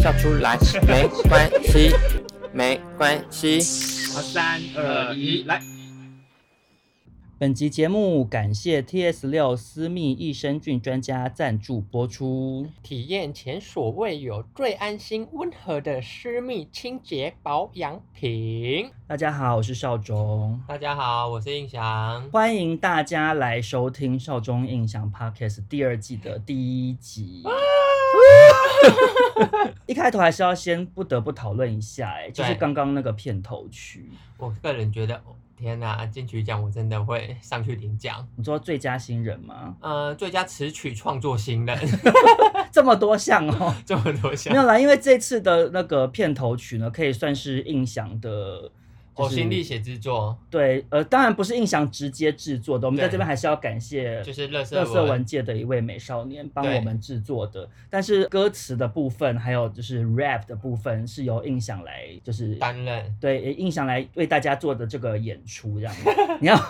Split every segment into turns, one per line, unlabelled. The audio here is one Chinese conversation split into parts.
笑出来没关 系，没关系。
好，三二一，来！
本集节目感谢 TS 六私密益生菌专家赞助播出。
体验前所未有最安心温和的私密清洁保养品。
大家好，我是邵忠，
大家好，我是印翔。
欢迎大家来收听《少中印象 Podcast》第二季的第一集。一开头还是要先不得不讨论一下、哎，就是
对
刚刚那个片头曲，
我个人觉得，哦天哪，金曲奖我真的会上去领奖。
你说最佳新人吗？
呃，最佳词曲创作新人，
这么多项哦。
这么多项
没，有啦，因为这次的那个片头曲呢，可以算是印象的
呕哦心沥血之作，
对，呃，当然不是印象直接制作的，我们在
对
这边还是要感谢
就是乐色
乐色文界的一位美少年帮
对
我们制作的。但是歌词的部分，还有就是 rap 的部分，是由印象来就是
担任。
对印象来为大家做的这个演出这样子。你要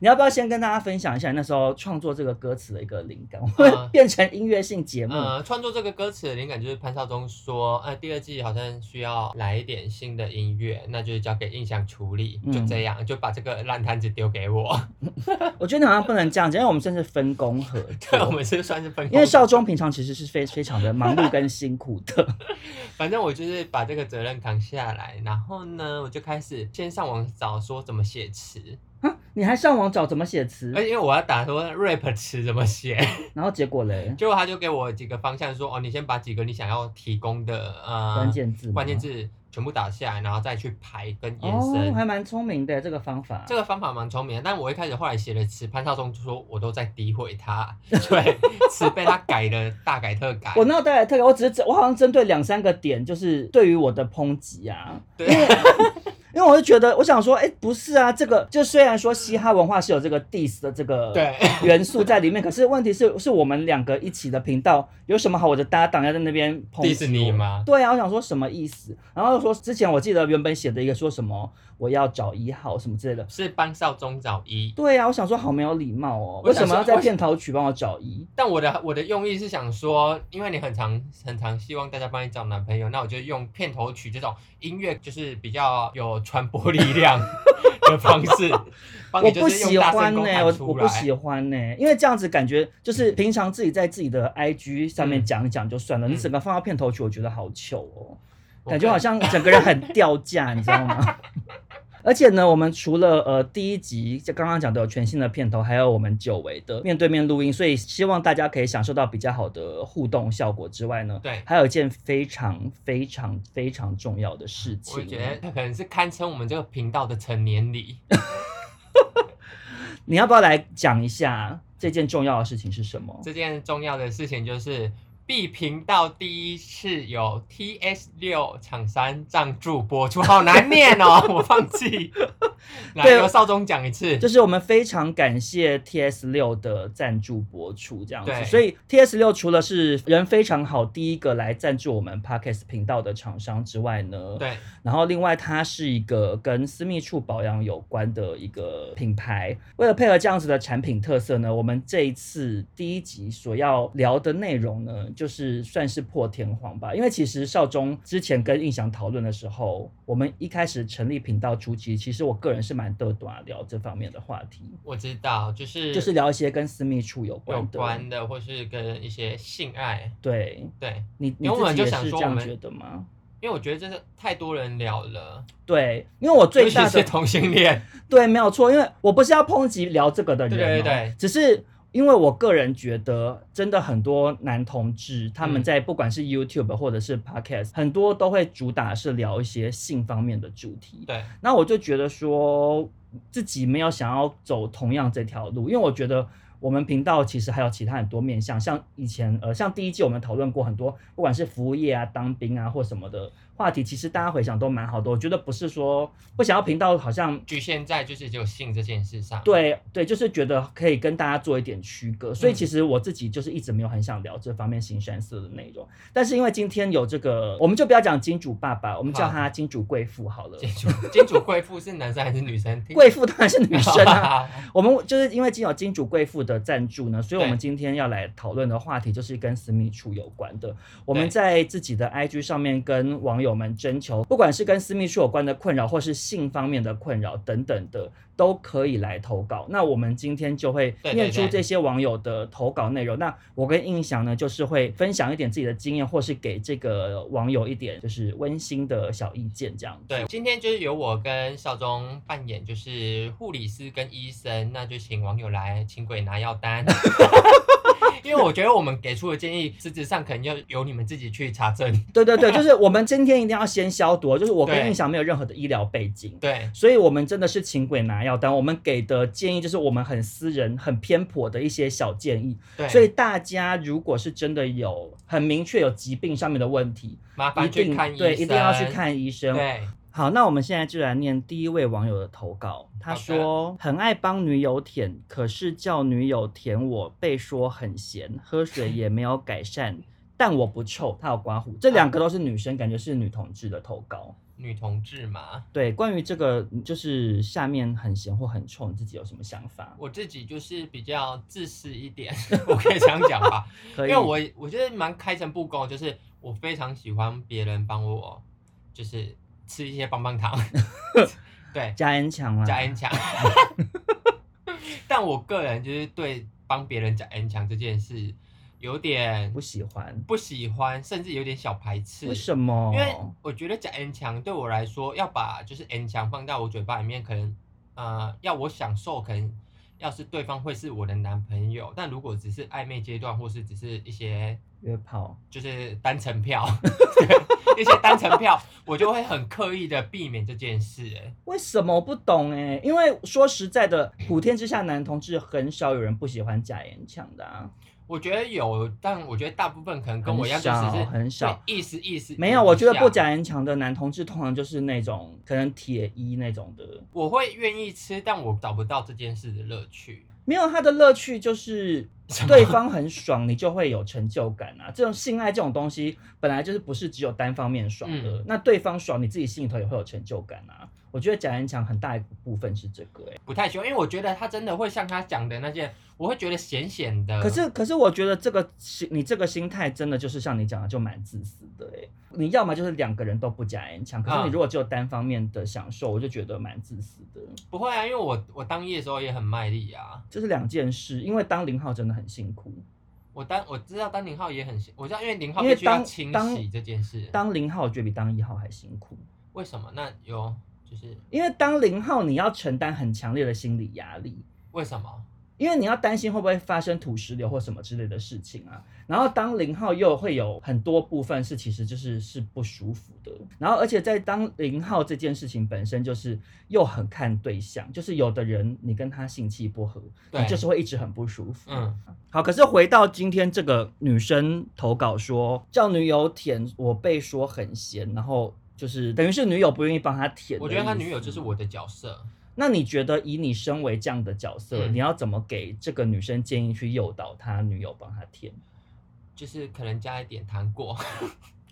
你要不要先跟大家分享一下你那时候创作这个歌词的一个灵感？我
啊
们变成音乐性节目，
呃，创作这个歌词的灵感就是潘少忠说，呃，第二季好像需要来一点新的音乐，那就是交给印象处理，就
嗯
这样，就把这个烂摊子丢给 我。
我觉得你好像不能这样子，因为我们算是分工 合
对，我
作。
们是算是分工。
因为少中平常其实是非非常的忙碌跟辛苦的，
反正我就是把这个责任扛下来，然后呢，我就开始先上网找说怎么写词，
你还上网找怎么写词
而，且因为我要打说 rap 词怎么写，
然后结果嘞，
结果他就给我几个方向说，哦，你先把几个你想要提供的呃
关键字吗
关键字全部打下来，然后再去排跟延
哦，
伸。
还蛮聪明的这个方法。
这个方法蛮聪明的，但我一开始后来写的词，潘少忠就说我都在诋毁他， 对，词被他改的大改特改。
我那带来特别，我只是我好像针对两三个点，就是对于我的抨击啊，
对，
因为我就觉得我想说，哎、不是啊，这个就虽然说嘻哈文化是有这个 diss 的这个
对
元素在里面，可是问题是是我们两个一起的频道有什么好我的搭档要在那边抨击
diss 你
我
吗
对啊，我想说什么意思？然后说之前我记得原本写的一个说什么我要找一号什么之类的。
是潘少忠找一。
对啊，我想说好没有礼貌哦，
我
为
想
什么
说
要在
我
片头曲帮我找一？
但我的我的用意是想说，因为你很常很常希望大家帮你找男朋友，那我就用片头曲这种音乐，就是比较有传播力量 的方式，帮
我
你就
不
是
喜
用大
欢
声
呢、
公喊
我我
出
不
来。
喜欢呢、因为这样子感觉就是平常自己在自己的 IG 上面
嗯
讲一讲就算了，
嗯
你整个放到片头曲，我觉得好糗哦，
我
感觉好像整个人很掉价，你知道吗？ 而且呢，我们除了呃第一集就刚刚讲的有全新的片头，还有我们久违的面对面录音，所以希望大家可以享受到比较好的互动效果之外呢，
对
还有一件非常非常非常重要的事情，
我觉得它可能是堪称我们这个频道的成年礼。
你要不要来讲一下这件重要的事情是什么？
这件重要的事情就是，B 频道第一次有 TS 六厂商赞助播出，好难念哦，我放 弃。来，
对
由少宗讲一次，
就是我们非常感谢 T S 六的赞助播出，这样子
对。
所以 T S 六除了是人非常好，第一个来赞助我们 Podcast 频道的厂商之外呢，。
对
然后另外它是一个跟私密处保养有关的一个品牌。为了配合这样子的产品特色呢，我们这一次第一集所要聊的内容呢，就是算是破天荒吧。因为其实少中之前跟印象讨论的时候，我们一开始成立频道初期，其实我个人是蛮得短聊这方面的话题，
我知道，就是
就是聊一些跟私密处有
嗯有
关的。
关的，或是跟一些性爱，
对
对，
你你
因为我
自
们
己
就
也
想
是
说
这
我
样
们
觉得吗？
因为我觉得真的太多人聊了，
对，因为我最
尤
大
其
的
是同性恋，
对，没有错，因为我不是要抨击聊这个的人、
对对
哦，
对
只是因为我个人觉得，真的很多男同志他
嗯
们在不管是 YouTube 或者是 Podcast，、很多都会主打是聊一些性方面的主题。
对，
那我就觉得说自己没有想要走同样这条路，因为我觉得我们频道其实还有其他很多面向，像以前呃，像第一季我们讨论过很多，不管是服务业啊、当兵啊或什么的话题，其实大家回想都蛮好的。我觉得不是说不想要频道好像
局限在就是只有性这件事上。，
对对，就是觉得可以跟大家做一点区隔，所以
嗯
其实我自己就是一直没有很想聊这方面新山色的内容，但是因为今天有这个，我们就不要讲金主爸爸，我们叫
好
他金主贵妇好 了。
金主金主贵妇是男生还是女生？听
贵妇当然是女生啊，
啊，
我们就是因为今有金主贵妇的赞助呢，所以我们
对
今天要来讨论的话题就是跟私密处有关的。我们
对
在自己的 IG 上面跟网友们征求，不管是跟私密处有关的困扰，或是性方面的困扰等等的，都可以来投稿。那我们今天就会
对对
念出
对
这些网友的投稿内容。那我跟印象呢，就是会分享一点自己的经验，或是给这个网友一点就是温馨的小意见，这样子。
对，今天就是由我跟少宗扮演就是护理师跟医生，那就请网友来请鬼拿药 单。因为我觉得我们给出的建议，实质上可能要由你们自己去查证。
对对对，就是我们今天一定要先消毒哦，就是我跟
对
印象没有任何的医疗背景。
对，
所以我们真的是请鬼拿药单，我们给的建议就是我们很私人、很偏颇的一些小建议。
对，
所以大家如果是真的有很明确有疾病上面的问题，
麻
一
烦去
定
看医生，
对，一定要去。看医生。
对，
好，那我们现在就来念第一位网友的投稿。他
好的
说很爱帮女友舔，可是叫女友舔我被说很咸，喝水也没有改善，但我不臭。他有刮胡，这两个都是女生，感觉是女同志的投稿。
女同志嘛，
对，关于这个就是下面很咸或很臭，你自己有什么想法？
我自己就是比较自私一 点，我可以这样讲吧。
可以，
因为我我觉得蛮开诚布公，就是我非常喜欢别人帮我，就是吃一些棒棒 糖，对，
加恩强啦，
加 N 强。但我个人就是对帮别人加 N 强这件事有点
不喜欢，
不喜欢，甚至有点小排斥。
为什么？
因为我觉得讲 N 强对我来说，要把就是 N 强放到我嘴巴里面，可能呃要我享受，可能要是对方会是我的男朋友，但如果只是暧昧阶段，或是只是一些
约炮，
就是单程票， 对一些单程票，我就会很刻意的避免这件事、哎
为什么我不懂哎、因为说实在的，普天之下男同志很少有人不喜欢加恩强的啊。
我觉得有，但我觉得大部分可能跟我一样，就
很少
只是
很少
会意思意思。
没有，我觉得不
讲，
加恩强的男同志通常就是那种可能铁一那种的，
我会愿意吃，但我找不到这件事的乐趣。
没有他的乐趣就是
什么
对方很爽，你就会有成就感啊。这种性爱这种东西本来就是不是只有单方面爽的，
嗯
那对方爽，你自己心里头也会有成就感啊。我觉得贾元强很大一部分是这个、欸，
不太喜欢，因为我觉得他真的会像他讲的那些，我会觉得咸咸的。
可是可是我觉得这个心你这个心态真的就是像你讲的就蛮自私的、欸，你要么就是两个人都不贾元强，可是
啊
你如果只有单方面的享受，我就觉得蛮自私的，
不会啊，因为我我当夜的时候也很卖力啊，
这是两件事。因为当零号真的很辛苦，
我当我知道当零号也很辛，我知道因为零号
因为
必须要
当
清洗
当
这件事。
当零号我觉得比当一号还辛苦。
为什么？那有就是
因为当零号，你要承担很强烈的心理压力，
为什么？
因为你要担心会不会发生土石流或什么之类的事情啊。然后当零号又会有很多部分是其实就是是不舒服的。然后而且在当零号这件事情本身就是又很看对象，就是有的人你跟他性气不合，
对
你就是会一直很不舒服。
哎嗯，
好，可是回到今天这个女生投稿说叫女友舔，我被说很咸，然后。就是等于是女友不愿意帮他舔的意思，
我觉得他女友就是我的角色。
那你觉得以你身为这样的角色，
嗯
你要怎么给这个女生建议去诱导她女友帮她填？
就是可能加一点糖 果，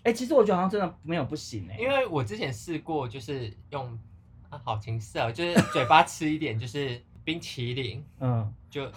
哎、其实我觉得好像真的没有不行哎、
因为我之前试过，就是用啊好情色，就是嘴巴吃一点，就是冰淇淋，
嗯，
就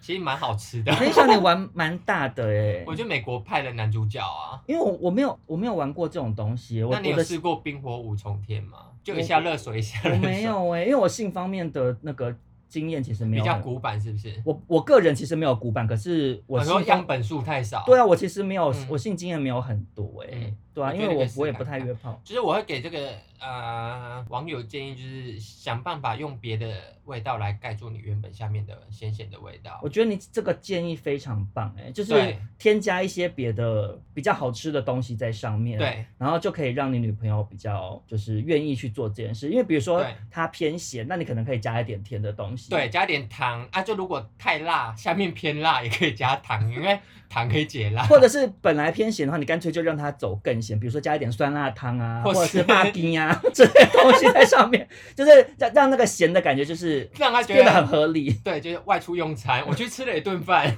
其实蛮好吃的。
很想你玩蛮大的哎、
我就美国派的男主角啊，
因为我我没有我没有玩过这种东西，我
那你
我
有
的
试过冰火五重天吗？就一下热水，一下
我
热水，
没有哎、因为我性方面的那个经验其实没有
比较
很
古板，是不是？
我我个人其实没有古板，可是我
说
性方
样本数太少。哦
对啊，我其实没有、
嗯
我性经验没有很多哎、
嗯
对啊，
我
因
觉得
为
可
我
以试
我也
看
不太
看
约炮。
就是我会给这个呃网友建议，就是想办法用别的味道来盖住你原本下面的咸咸的味道
我。觉得你这个建议非常棒、哎，就是
对
添加一些别的比较好吃的东西在上面，，
对，
然后就可以让你女朋友比较就是愿意去做这件事，因为比如说
对
她偏咸，那你可能可以加一点甜的东西，
对，，加点糖啊，就如果太辣，下面偏辣也可以加糖，因为糖可以解辣。
或者是本来偏咸的话，你干脆就让它走更咸，比如说加一点酸辣汤啊，或
或
者
是
是辣 丁啊这些东西在上面，就是让让那个咸的感觉就是
让他觉
变得很
得
合理。
对，就是外出用餐，我去吃了一顿饭，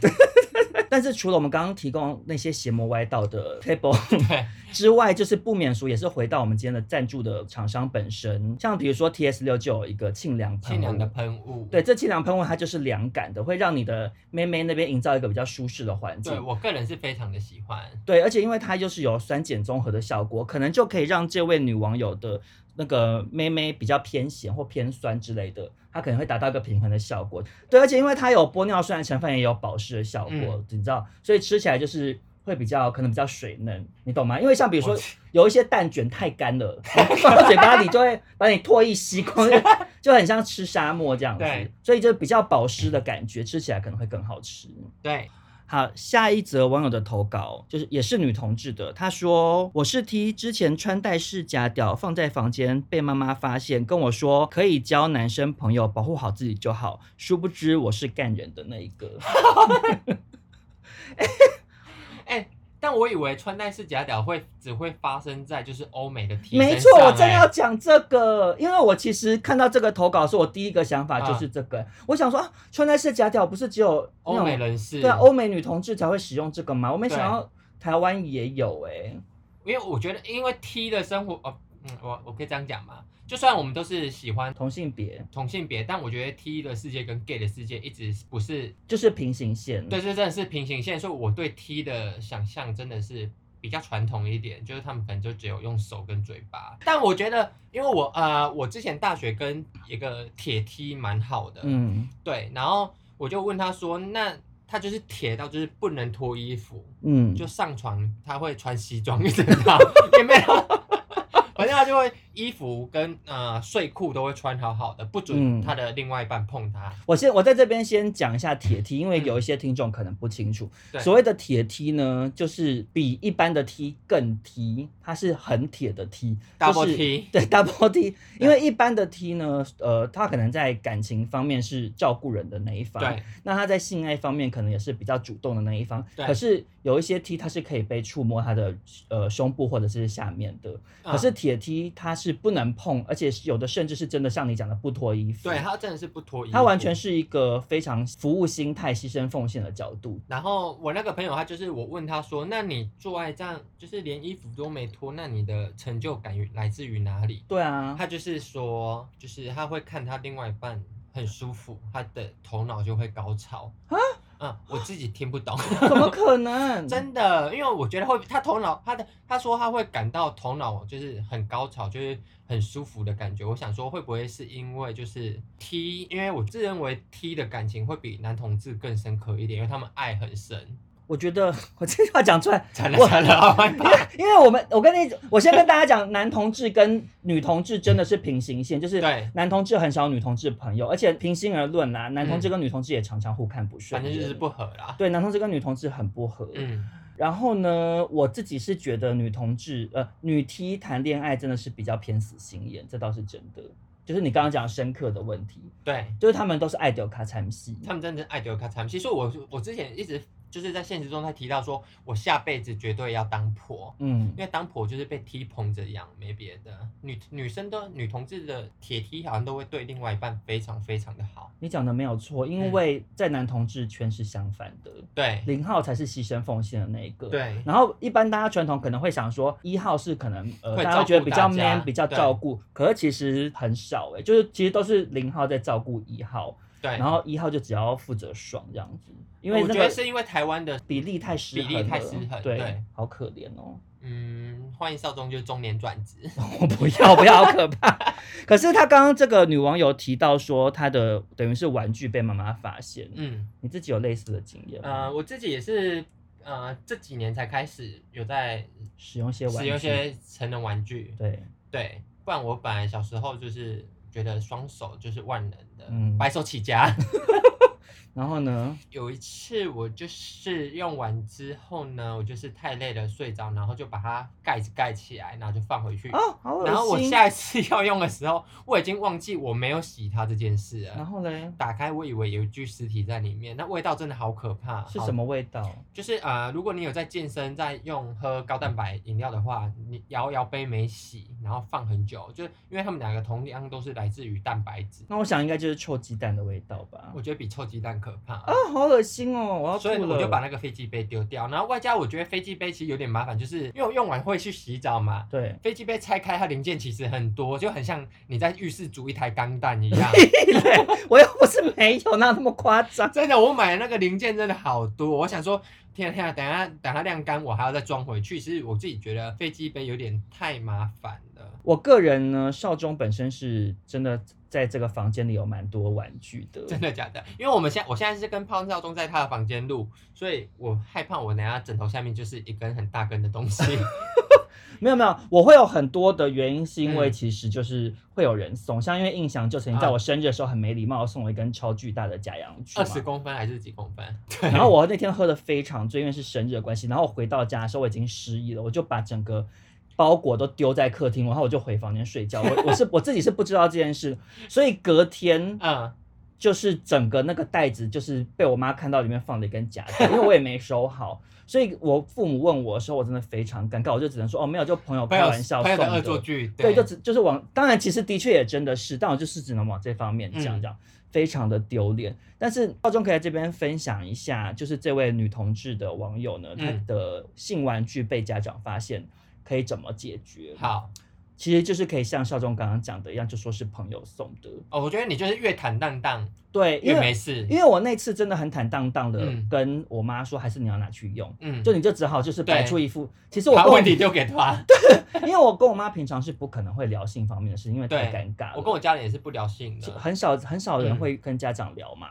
但是除了我们刚刚提供那些邪魔歪道的 table
对
之外，就是不免俗，也是回到我们今天的赞助的厂商本身，像比如说 T S 六就有一个沁凉喷雾
清凉的喷雾。
对，这清凉喷雾它就是凉感的，会让你的妹妹那边营造一个比较舒适的环
对
境。
我个人是非常的喜欢。
对，而且因为它就是有酸碱综合的效果，可能就可以让这位女网友的那个妹妹比较偏咸或偏酸之类的，它可能会达到一个平衡的效果。对，而且因为它有玻尿酸的成分，也有保湿的效果，
嗯
你知道，所以吃起来就是。会比较可能比较水嫩，你懂吗？因为像比如说
我
有一些蛋卷太干了，放到嘴巴里就 会把你唾液吸光，就就很像吃沙漠这样子
对。
所以就比较保湿的感觉，吃起来可能会更好吃。
对，
好，下一则网友的投稿就是也是女同志的，她说我是 T，之前穿戴式假屌放在房间被妈妈发现，跟我说可以交男生朋友，保护好自己就好。殊不知我是干人的那一个，
哎、但我以为穿戴式假屌会只会发生在就是欧美的 T
没
身
错，
上
我正
哎
要讲这个，因为我其实看到这个投稿的时候，我第一个想法就是这个，我想说啊，穿戴式假屌不是只有那种
欧美人士
对啊，欧美女同志才会使用这个吗？我没想
对
到台湾也有哎、
因为我觉得，因为 T 的生活，哦，嗯，我我可以这样讲嘛，就算我们都是喜欢
同性别
同性别，但我觉得 T 的世界跟 gay 的世界一直不是，
就是平行线，
对，这真的是平行线，所以我对 T 的想象真的是比较传统一点，就是他们可能就只有用手跟嘴巴。但我觉得，因为我呃，我之前大学跟一个铁 T 蛮好的，
嗯
对，然后我就问他说，那他就是铁到就是不能脱衣服，
嗯，
就上床，他会穿西装一整套， 也没有，反正他就会衣服跟呃睡裤都会穿好好的，不准
嗯
他的另外一半碰他。
我先我在这边先讲一下铁梯，因为有一些听众可能不清楚，
嗯对
所谓的铁梯呢，就是比一般的梯更梯，它是很铁的梯
Double
就是
T
对 double T，因为一般的梯呢，呃，它可能在感情方面是照顾人的那一方，
对，
那他在性爱方面可能也是比较主动的那一方，
对
可是有一些 T 它是可以被触摸他的呃胸部或者是下面的，
嗯
可是铁 T 它是不能碰，而且是有的甚至是真的像你讲的不脱衣服，
对他真的是不脱衣服，
他完全。是一个非常服务心态、牺牲奉献的角度。
然后我那个朋友，他就是我问他说：“那你做爱这样，就是连衣服都没脱，那你的成就感于来自于哪里？”
对啊，
他就是说，就是他会看他另外一半很舒服，他的头脑就会高潮
啊。
嗯，我自己听不懂，
怎么可能？
真的，因为我觉得会，他头脑，他的他说他会感到头脑就是很高潮，就是很舒服的感觉。我想说，会不会是因为就是 T，因为我自认为 T 的感情会比男同志更深刻一点，因为他们爱很深。
我觉得 我这句话讲出来，
惨了
我
惨了，好害
因为
怕。
因为我们，我跟你，我先跟大家讲，男同志跟女同志真的是平行线，就是
对
男同志很少女同志朋友，而且平心而论啦，男同志跟女同志也常常互看不 顺
嗯反
眼，
正就是不合 啦。
对，男同志跟女同志很不合。
嗯，
然后呢，我自己是觉得女同志呃女 T 谈恋爱真的是比较偏死心眼，这倒是真的。就是你刚刚讲深刻的问题，
对，
就是他们都是爱丢卡惨戏。
他们真的爱丢卡惨。其实我我之前一直就是在现实中在提到说，我下辈子绝对要当婆。
嗯
因，为当婆就是被踢捧着养，没别的。女女生的女同志的铁踢好像都会对另外一半非常非常的好，
你讲的没有错，因
嗯
为在男同志圈是相反的，
对
零号才是牺牲奉献的那一个。。
对
然后一般大家传统可能会想说，一号是可能呃，
会
大
照
家
顾
觉得比较
大家
man，比较
对
照顾，可是其实很少哎、就是其实都是零号在照顾一号，
对。
然后一号就只要负责爽这样子，因为
我
那
觉
个
得是因为台湾的
比例太失衡
比
了，
例太失衡
对，
对
好可怜哦。
嗯，欢迎少中就是中年转 职，
我不要，不要，好可怕。 可是她刚刚这个女网友提到说，她的等于是玩具被妈妈发现，
嗯啊
你自己有类似的经验吗？
呃，我自己也是。呃这几年才开始有在
使用一些玩具，
使用一些成人玩具，
对，
对，不然我本来小时候就是觉得双手就是万能的，
嗯
白手起家。
然后呢，
有一次我就是用完之后呢，我就是太累了睡着，然后就把它盖子盖起来，然后就放回去。
啊，好恶心。
嗯然后我下一次 要用的时候，我已经忘记我没有洗它这件事
然
了。
后嘞
打开，我以为有一具尸体在里面，那味道真的好可怕。
是
好
什么味道？
就是呃，如果你有在健身，在用喝高蛋白饮料的话，你摇摇杯没洗，然后放很久，就是因为他们两个同样都是来自于蛋白质，
那我想应该就是臭鸡蛋的味道吧。
我觉得比臭鸡蛋可怕。
啊，好恶心哦！我要吐
所以
了。
我就把那个飞机杯丢掉，然后外加我觉得飞机杯其实有点麻烦，就是因为我用完会去洗澡嘛，，
对
飞机杯拆开它零件其实很多，就很像你在浴室煮一台钢蛋一 样。
我又不是没有，哪有那么夸张？
真的，我买的那个零件真的好多，我想说，天啊天啊，等下等它晾干，我还要再装回去。其实我自己觉得飞机杯有点太麻烦 了。
我个人呢，少中本身是真的在这个房间里有蛮多玩具的，
真的假的？因为我们现在我现在是跟胖少忠在他的房间录，所以我害怕我等下枕头下面就是一根很大根的 东西。
没有没有，我会有很多的原因，是因为
嗯
其实就是会有人送，像因为印象就曾经在
啊
我生日的时候很没礼貌，地送我一根超巨大的假洋芋
二十
嘛。
公分还是几公分？
然后我那天喝的非常醉，因为是生日的关系。然后我回到家的时候我已经失忆了，我就把整个包裹都丢在客厅，然后我就回房间睡觉。我 我是我自己是不知道这件事，所以隔天
嗯，
就是整个那个袋子就是被我妈看到里面放了一根假的，因为我也没收好，所以我父母问我的时候，我真的非常尴尬，我就只能说哦没有，就朋友
朋
开
友
玩笑
朋
送
友的恶作剧，
对，就只就是往，当然其实的确也真的是，但我就是只能往这方面讲，
嗯
这样、非常的丢脸。但是高中可以在这边分享一下，就是这位女同志的网友呢，她
嗯
的性玩具被家长发现，可以怎么解决？，
好
其实就是可以像少中刚刚讲的一样，就说是朋友送的，
哦。我觉得你就是越坦荡荡
对，因
越没
为
事。
因为我那次真的很坦荡荡的
嗯
跟我妈说，还是你要拿去用。
嗯，
就你就只好就是摆
对
出一副，其实我
把
跟我
问题丢给他。
因为我跟我妈平常是不可能会聊性方面的事，情，因为太
对
尴尬了。
我跟我家人也是不聊性的，
很少很少人
嗯
会跟家长聊嘛。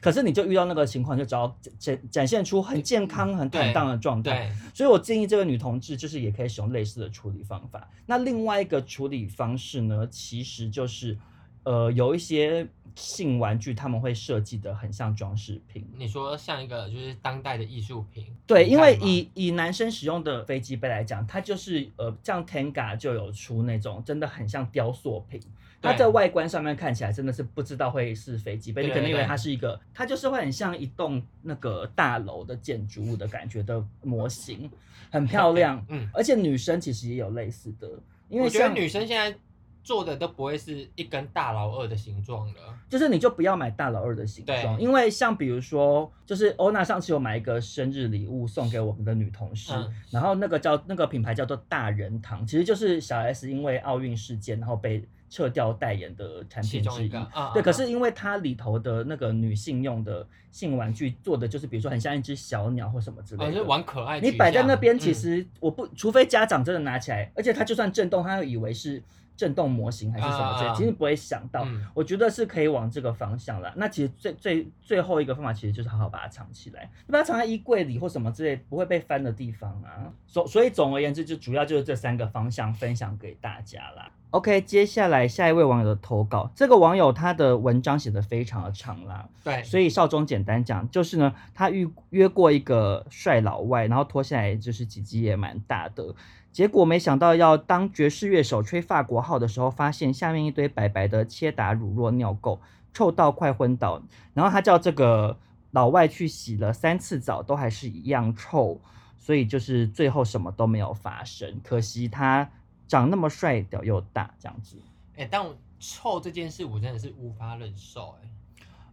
可是你就遇到那个情况，就只要展展现出很健康、很坦荡的状态。
对，
所以我建议这位女同志就是也可以使用类似的处理方法。那另外一个处理方式呢，其实就是，呃，有一些性玩具他们会设计的很像装饰品。
你说像一个就是当代的艺术品，
对，
你
因为
看嘛
以以男生使用的飞机杯来讲，它就是呃，像 Tenga 就有出那种真的很像雕塑品，它
对
在外观上面看起来真的是不知道会是飞机杯，你
对
可能以为
对。
它是一个，它就是会很像一栋那个大楼的建筑物的感觉的模型，很漂亮
嗯，
而且女生其实也有类似的，因为
我觉得
像
女生现在做的都不会是一根大老二的形状了，
就是你就不要买大老二的形状，
对
因为像比如说，就是欧娜上次有买一个生日礼物送给我们的女同事，
嗯
然后那个叫那个品牌叫做大人堂，其实就是小 S 因为奥运事件然后被撤掉代言的产
其
品
中
之
一
一
个。，啊
对，
啊
可是因为它里头的那个女性用的性玩具做的就是，比如说很像一只小鸟或什么之
啊
类
哦，
的，
是玩可爱取
你
向，
摆在那边，其
嗯
实我不，除非家长真的拿起来，而且他就算震动，他会以为是震动模型还是什么之类
啊啊啊
其实不会想到。
嗯
我觉得是可以往这个方向啦。那其实最最最后一个方法，其实就是好好把它藏起来，你把它藏在衣柜里或什么之类不会被翻的地方啊。所所以总而言之，就主要就是这三个方向分享给大家啦。OK，接下来下一位网友的投稿，这个网友他的文章写的非常的长啦，
对，
所以少中简单讲，就是呢，他遇约过一个帅老外，然后脱下来就是几肌也蛮大的，结果没想到要当爵士乐手吹法国号的时候，发现下面一堆白白的切达乳酪尿垢，臭到快昏倒。然后他叫这个老外去洗了三次澡，都还是一样臭，所以就是最后什么都没有发生。可惜他长那么帅，屌又大，这样子。
哎，但我臭这件事我真的是无法忍受，哎，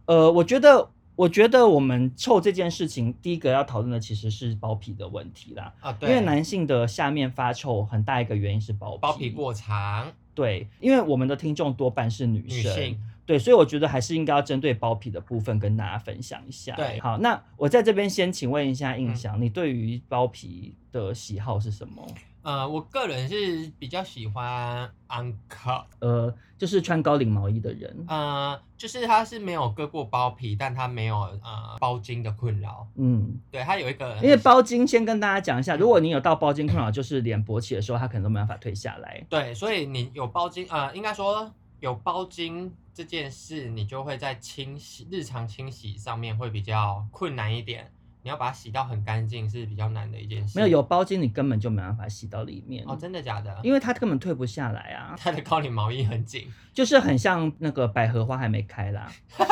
呃，我觉得，我觉得我们臭这件事情，第一个要讨论的其实是包皮的问题啦。
啊，
因
对，
为男性的下面发臭，很大一个原因是包皮。
包皮过长，
对，因为我们的听众多半是女
女
生，
性，
对，所以我觉得还是应该要针对包皮的部分跟大家分享一下。
对嗯
好，那我在这边先请问一下印象，你对于包皮的喜好是什么？
呃，我个人是比较喜欢 uncut，
呃，就是穿高领毛衣的人，
呃，就是它是没有割过包皮，但它没有呃包茎的困扰。
嗯，
对，它有一个
因为包巾先跟大家讲一下，如果你有到包巾困扰，就是脸勃起的时候，它可能都没办法退下来。
对，所以
嗯
你有包茎，呃，应该说有包茎这件事，你就会在清洗日常清洗上面会比较困难一点。你要把它洗到很干净是比较难的一件事。
没有有包巾，你根本就没办法洗到里面
哦，真的假的？
因为它根本退不下来啊，
它的高领毛衣很紧，
就是很像那个百合花还没开 啦，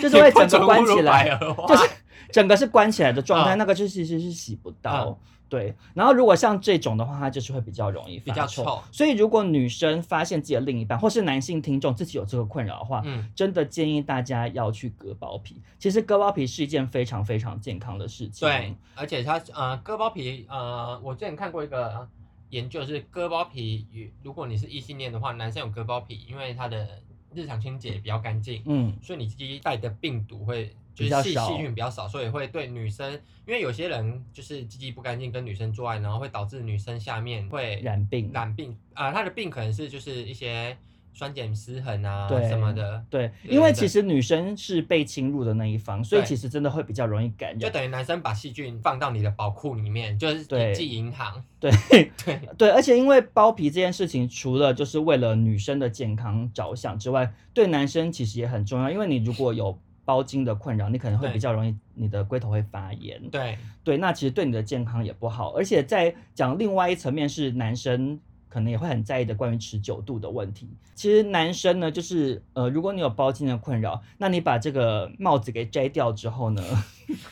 就是会整个关起 来，
就
就是整个是关起来的状态，
嗯
那个就其实是洗不到。对，然后如果像这种的话，它就是会比较容易
比
发
较
臭。
臭
所以如果女生发现自己的另一半或是男性听众自己有这个困扰的话，
嗯，
真的建议大家要去割包皮。其实割包皮是一件非常非常健康的事情。
对，，而且它呃割包皮呃，我之前看过一个研究是割包皮与，如果你是异性恋的话，男生有割包皮，因为他的日常清洁比较干净，
嗯，
所以你自己带的病毒会就
比较
是细
少
细菌比较少，所以会对女生，因为有些人就是鸡鸡不干净跟女生做爱，然后会导致女生下面会
染病。
染病啊、呃，她的病可能是就是一些酸碱失衡啊
对
什么的，
对，
对
因为
对
其实女生是被侵入的那一方，所以
对
其实真的会比较容易感
就
染。
等于男生把细菌放到你的宝库里面，就是
对
寄银行，
对
对
对，而且因为包皮这件事情，除了就是为了女生的健康着想之外，对男生其实也很重要。因为你如果有包茎的困扰，你可能会
对
比较容易你的龟头会发炎。
对
对，那其实对你的健康也不好。而且在讲另外一层面是男生。可能也会很在意的关于持久度的问题。其实男生呢，就是呃，如果你有包茎的困扰，那你把这个帽子给摘掉之后呢，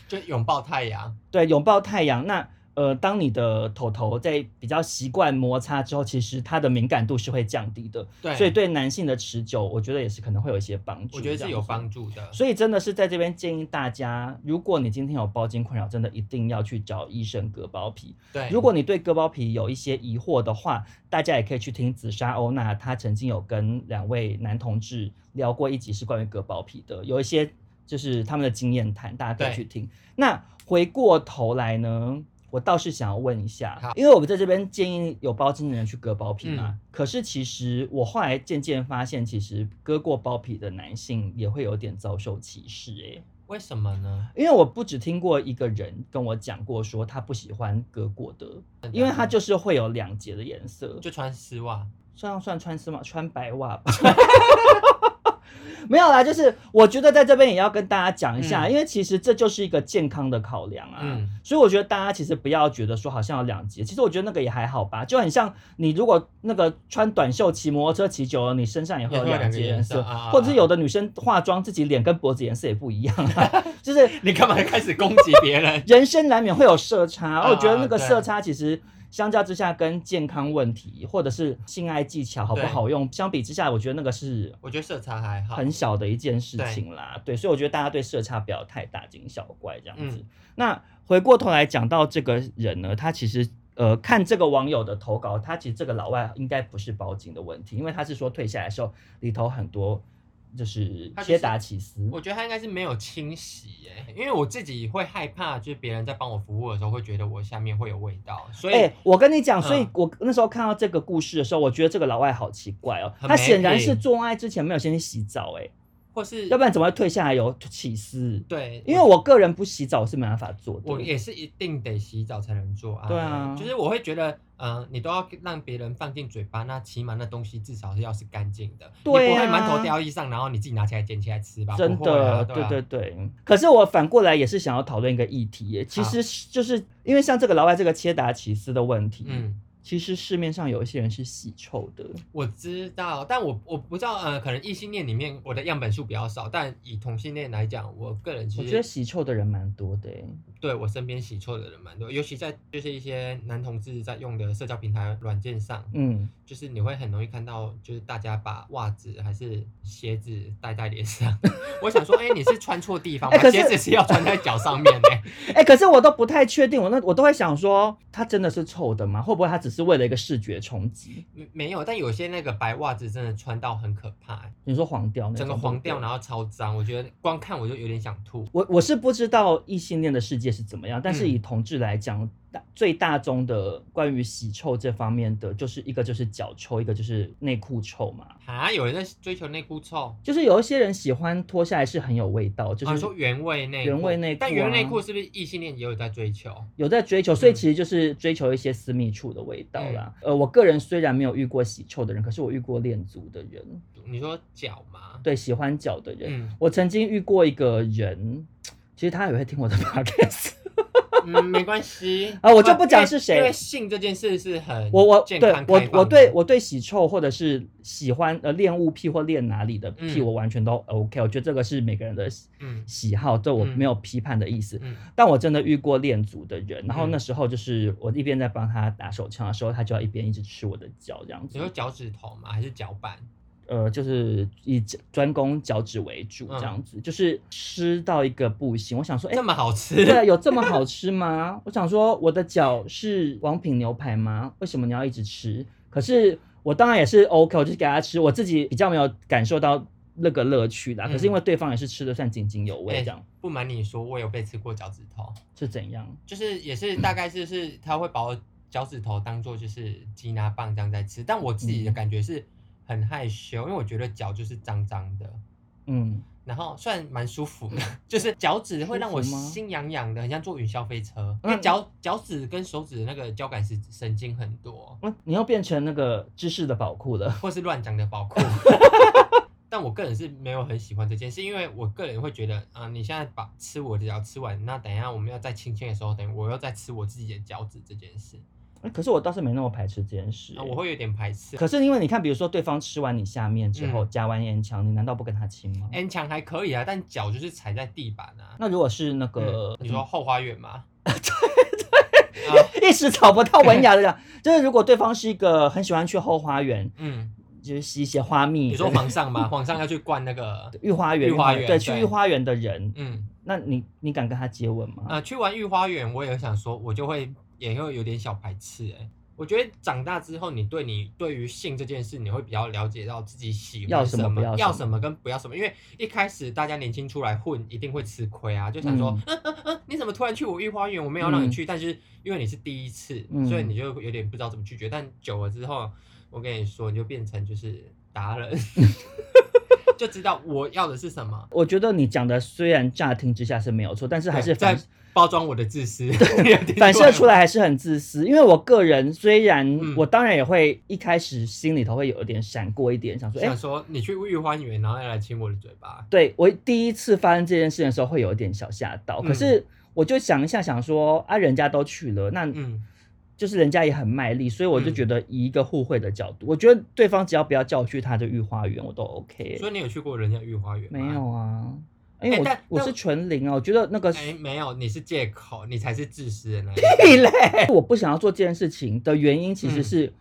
就拥抱太阳，
对，拥抱太阳。那呃，当你的头头在比较习惯摩擦之后，其实它的敏感度是会降低的，
对，
所以对男性的持久，我觉得也是可能会有一些帮助。
我觉得是有帮
助。
助的，
所以真的是在这边建议大家，如果你今天有包茎困扰，真的一定要去找医生割包皮。
对，
如果你对割包皮有一些疑惑的话，大家也可以去听紫砂欧娜，她曾经有跟两位男同志聊过一集是关于割包皮的，有一些就是他们的经验谈，大家可以
对
去听。那回过头来呢，我倒是想要问一下
好，嗯
因为我们在这边建议有包茎的人去割包皮嘛，可是其实我后来渐渐发现，其实割过包皮的男性也会有点遭受歧视、欸，
为什么呢？
因为我不只听过一个人跟我讲过，说他不喜欢割过的，因为他就是会有两节的颜色，就
就穿丝袜，
这样算穿丝袜，穿白袜吧。 没有啦，就是我觉得在这边也要跟大家讲一下，
嗯
因为其实这就是一个健康的考量啊。
嗯，
所以我觉得大家其实不要觉得说好像有两节，其实我觉得那个也还好吧，就很像你如果那个穿短袖骑摩托车骑久了，你身上也会有
也会有
两节
两个
颜
颜色
色，
啊啊啊
或者是有的女生化妆自己脸跟脖子颜色也不一样、 啊，就是？
你干嘛开始攻击别人
人生难免会有色差，哦
啊
我觉得那个
对
色差其实相较之下，跟健康问题或者是性爱技巧好不
对
好用相比之下，我觉得那个是
我觉得色差还好，
很小的一件事情啦。对，所以我觉得大家对色差不要太大惊小怪这样子。
嗯
那回过头来讲到这个人呢，他其实。呃，看这个网友的投稿，他其实这个老外应该不是包茎的问题，因为他是说退下来的时候里头很多就是
他就是
切达起司，
我觉得他应该是没有清洗耶，因为我自己会害怕，就是别人在帮我服务的时候会觉得我下面会有味道，所以、
哎、我跟你讲，所以
嗯
我那时候看到这个故事的时候，我觉得这个老外好奇怪哦，
很
他显然
man
是做爱之前没有先去洗澡、哎，
或是
要不然怎么会退下来有起司？
对，
因为我个人不洗澡是没办法做
我
的。
也是一定得洗澡才能做爱，
对啊
就是我会觉得，嗯、你都要让别人放进嘴巴，那起码那东西至少是要是干净的，
对啊
你不会馒头掉地上，然后你自己拿起来捡起来吃吧？
真
不会
的，
啊
对
对啊
对对。可是我反过来也是想要讨论一个议题耶，其实是就是因为像这个老外这个切达起司的问题，
嗯，
其实市面上有一些人是洗臭的，
我知道，但我我不知道，呃，可能异性恋里面我的样本数比较少，但以同性恋来讲，我个人其
我
实
觉得洗臭的人蛮多的耶。
对我身边洗错的人蛮多，尤其在就是一些男同志在用的社交平台软件上，
嗯，
就是你会很容易看到，就是大家把袜子还是鞋子戴在脸上。 我想说，哎、你是穿错地方吗？
哎可是
鞋子是要穿在脚上面的、
哎、可是我都不太确定，我那我都会想说，它真的是臭的吗？会不会它只是为了一个视觉冲击？
没没有，但有些那个白袜子真的穿到很可怕、哎
你说黄掉那
整个
种
黄掉，
对不对
然后超脏，我觉得光看我就有点想吐。
我我是不知道异性恋的世界是怎么样，但是
嗯
以同志来讲，大最大宗的关于洗臭这方面的，就是一个就是脚臭，一个就是内裤臭嘛。
啊，有人在追求内裤臭，
就是有一些人喜欢脱下来是很有味道，就
啊
是
你说原味内裤
原味内裤啊
但原味内裤是不是异性恋也有在追求？
有在追求，
嗯
所以其实就是追求一些私密处的味道啦。呃，我个人虽然没有遇过洗臭的人，可是我遇过恋足的人，
你说脚吗？
对喜欢脚的人。
嗯
我曾经遇过一个人，其实他也会听我的 podcast。
嗯，没关系
啊我就不讲是谁
因为性这件事是很
我我
健
对
康
我
开放的
我对我对洗臭或者是喜欢呃恋物癖或恋哪里的癖，
嗯
我完全都 OK。我觉得这个是每个人的喜
嗯
喜好，这我
嗯
没有批判的意思。
嗯
但我真的遇过恋足的人，然后
嗯
那时候就是我一边在帮他打手枪的时候，他就要一边一直吃我的脚这样
你
子
说。脚趾头吗？还是脚板？
呃，就是以脚专攻脚趾为主
嗯
这样子，就是吃到一个不行。我想说，哎、
这么好吃？
对，有这么好吃吗？ 我想说，我的脚是王品牛排吗？为什么你要一直吃？可是我当然也是 OK，我就是给他吃，我自己比较没有感受到那个乐趣啦。可是因为对方也是吃的算津津有味，
嗯哎
这样、
不瞒你说，我有被吃过脚趾头，
是怎样？
就是也是大概是是他会把我脚趾头当做就是鸡拿棒这样在吃，但我自己的
嗯
感觉是很害羞，因为我觉得脚就是脏脏的。
嗯，
然后虽然蛮舒服的， 就是脚趾会让我
舒服吗
心痒痒的，很像坐云霄飞车。因
嗯
为脚脚趾跟手指的那个交感神神经很多，
嗯你又变成那个知识的宝库了。
或是乱讲的宝库。但我个人是没有很喜欢这件事，因为我个人会觉得，啊、你现在把吃我的脚吃完，那等一下我们要再亲亲的时候，等于我又在吃我自己的脚趾这件事，
哎可是我倒是没那么排斥这件事、欸
啊、我。会有点排斥。
可是因为你看，比如说对方吃完你下面之后，
嗯
夹完烟枪，你难道不跟他亲吗？
N 强还可以啊，但脚就是踩在地板啊。
那如果是那个
嗯、你说后花园吗？对啊，
一时找不到文雅的讲， 就是如果对方是一个很喜欢去后花园，
嗯，
就是吸一些花蜜，
你说皇上吗？皇上要去灌那个
御花园，
御花园对
对，去御花园的人，
嗯。
那你你敢跟他接吻吗？
呃，去玩御花园，我也想说，我就会也会有点小排斥哎、我觉得长大之后，你对你对于性这件事，你会比较了解到自己喜欢
要什
什
么不要什
要
么
什么跟不要什么。因为一开始大家年轻出来混，一定会吃亏啊，就想说，嗯嗯嗯，你怎么突然去我御花园？我没有让你
嗯
去，但是因为你是第一次，
嗯
所以你就有点不知道怎么拒绝。但久了之后，我跟你说，你就变成就是达 人，就知道我要的是什么。
我觉得你讲的虽然乍听之下是没有错，但是还是
对
反
在包装我的自私，你 有听
反
过
射出来还是很自私。因为我个人虽然
嗯
我当然也会一开始心里头会有一点闪过一点，想说，哎、
想说你去御花园，然后要来亲我的嘴巴。
对我第一次发生这件事情的时候会有一点小吓到，可
嗯
是我就想一下，想说啊，人家都去了，那
嗯
就是人家也很卖力，所以我就
嗯
觉得以一个互惠的角度，我觉得对方只要不要叫我去他的御花园，我都 OK。
所以你有去过人家御花园吗？
嗯没有。啊，因为
哎
我、
但
我
但
是纯零啊，我觉得那个
哎，没有，你是借口，你才是自私的那一
屁
个。
嘞，我不想要做这件事情的原因其实
嗯
是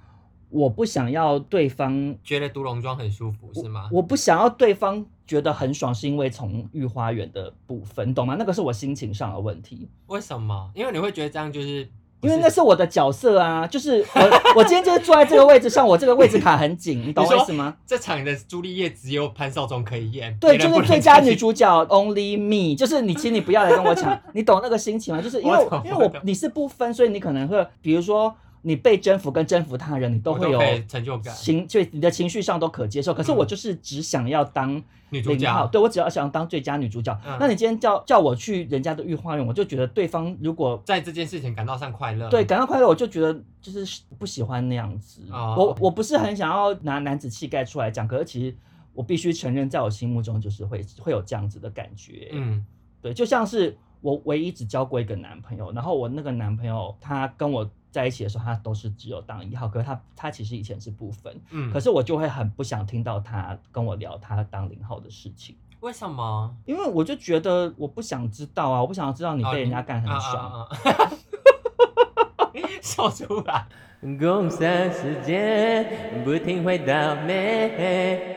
我不想要对方，
觉得独龙庄很舒服是吗？
我不想要对方觉得很爽，是因为从御花园的部分，你懂吗？那个是我心情上的问题。
为什么？因为你会觉得这样就是不
因为那是我的角色啊，就是我我今天就是坐在这个位置上，我这个位置卡很紧，你懂我
你
意
说
思吗？
这场的朱丽叶只有潘少忠可以演，
对，
别人
就
不
是
能
最佳
进
女
去。
主角 Only Me，就是你，请你不要来跟 我抢，你懂那个心情吗？就是因为
我懂
因为我
我懂
你是不分，所以你可能会，比如说你被征服跟征服他人，你都
我
会有
可以成就感，
情，就你的情绪上都可接受。可是我就是只想要当
女主
零号，
角
对我只要想当最佳女主角。
嗯
那你今天叫叫我去人家的御花园，我就觉得对方如果
在这件事情感到上快乐。
对，感到快乐，我就觉得就是不喜欢那样子。
哦
我我不是很想要拿男子气概出来讲，可是其实我必须承认，在我心目中就是会会有这样子的感觉。，
嗯，
对，就像是我唯一只交过一个男朋友，然后我那个男朋友他跟我在一起的时候，他都是只有当一号，可是他他其实以前是不分，
嗯嗯。
可
是
是我就会很不想听到他跟我聊他当零号的事情。
为什么？
因为我就觉得我不想知道啊，我不想要知道你
哦
被人家干很
啊啊
爽，
啊啊 笑出来。
共享时间，不停回到美。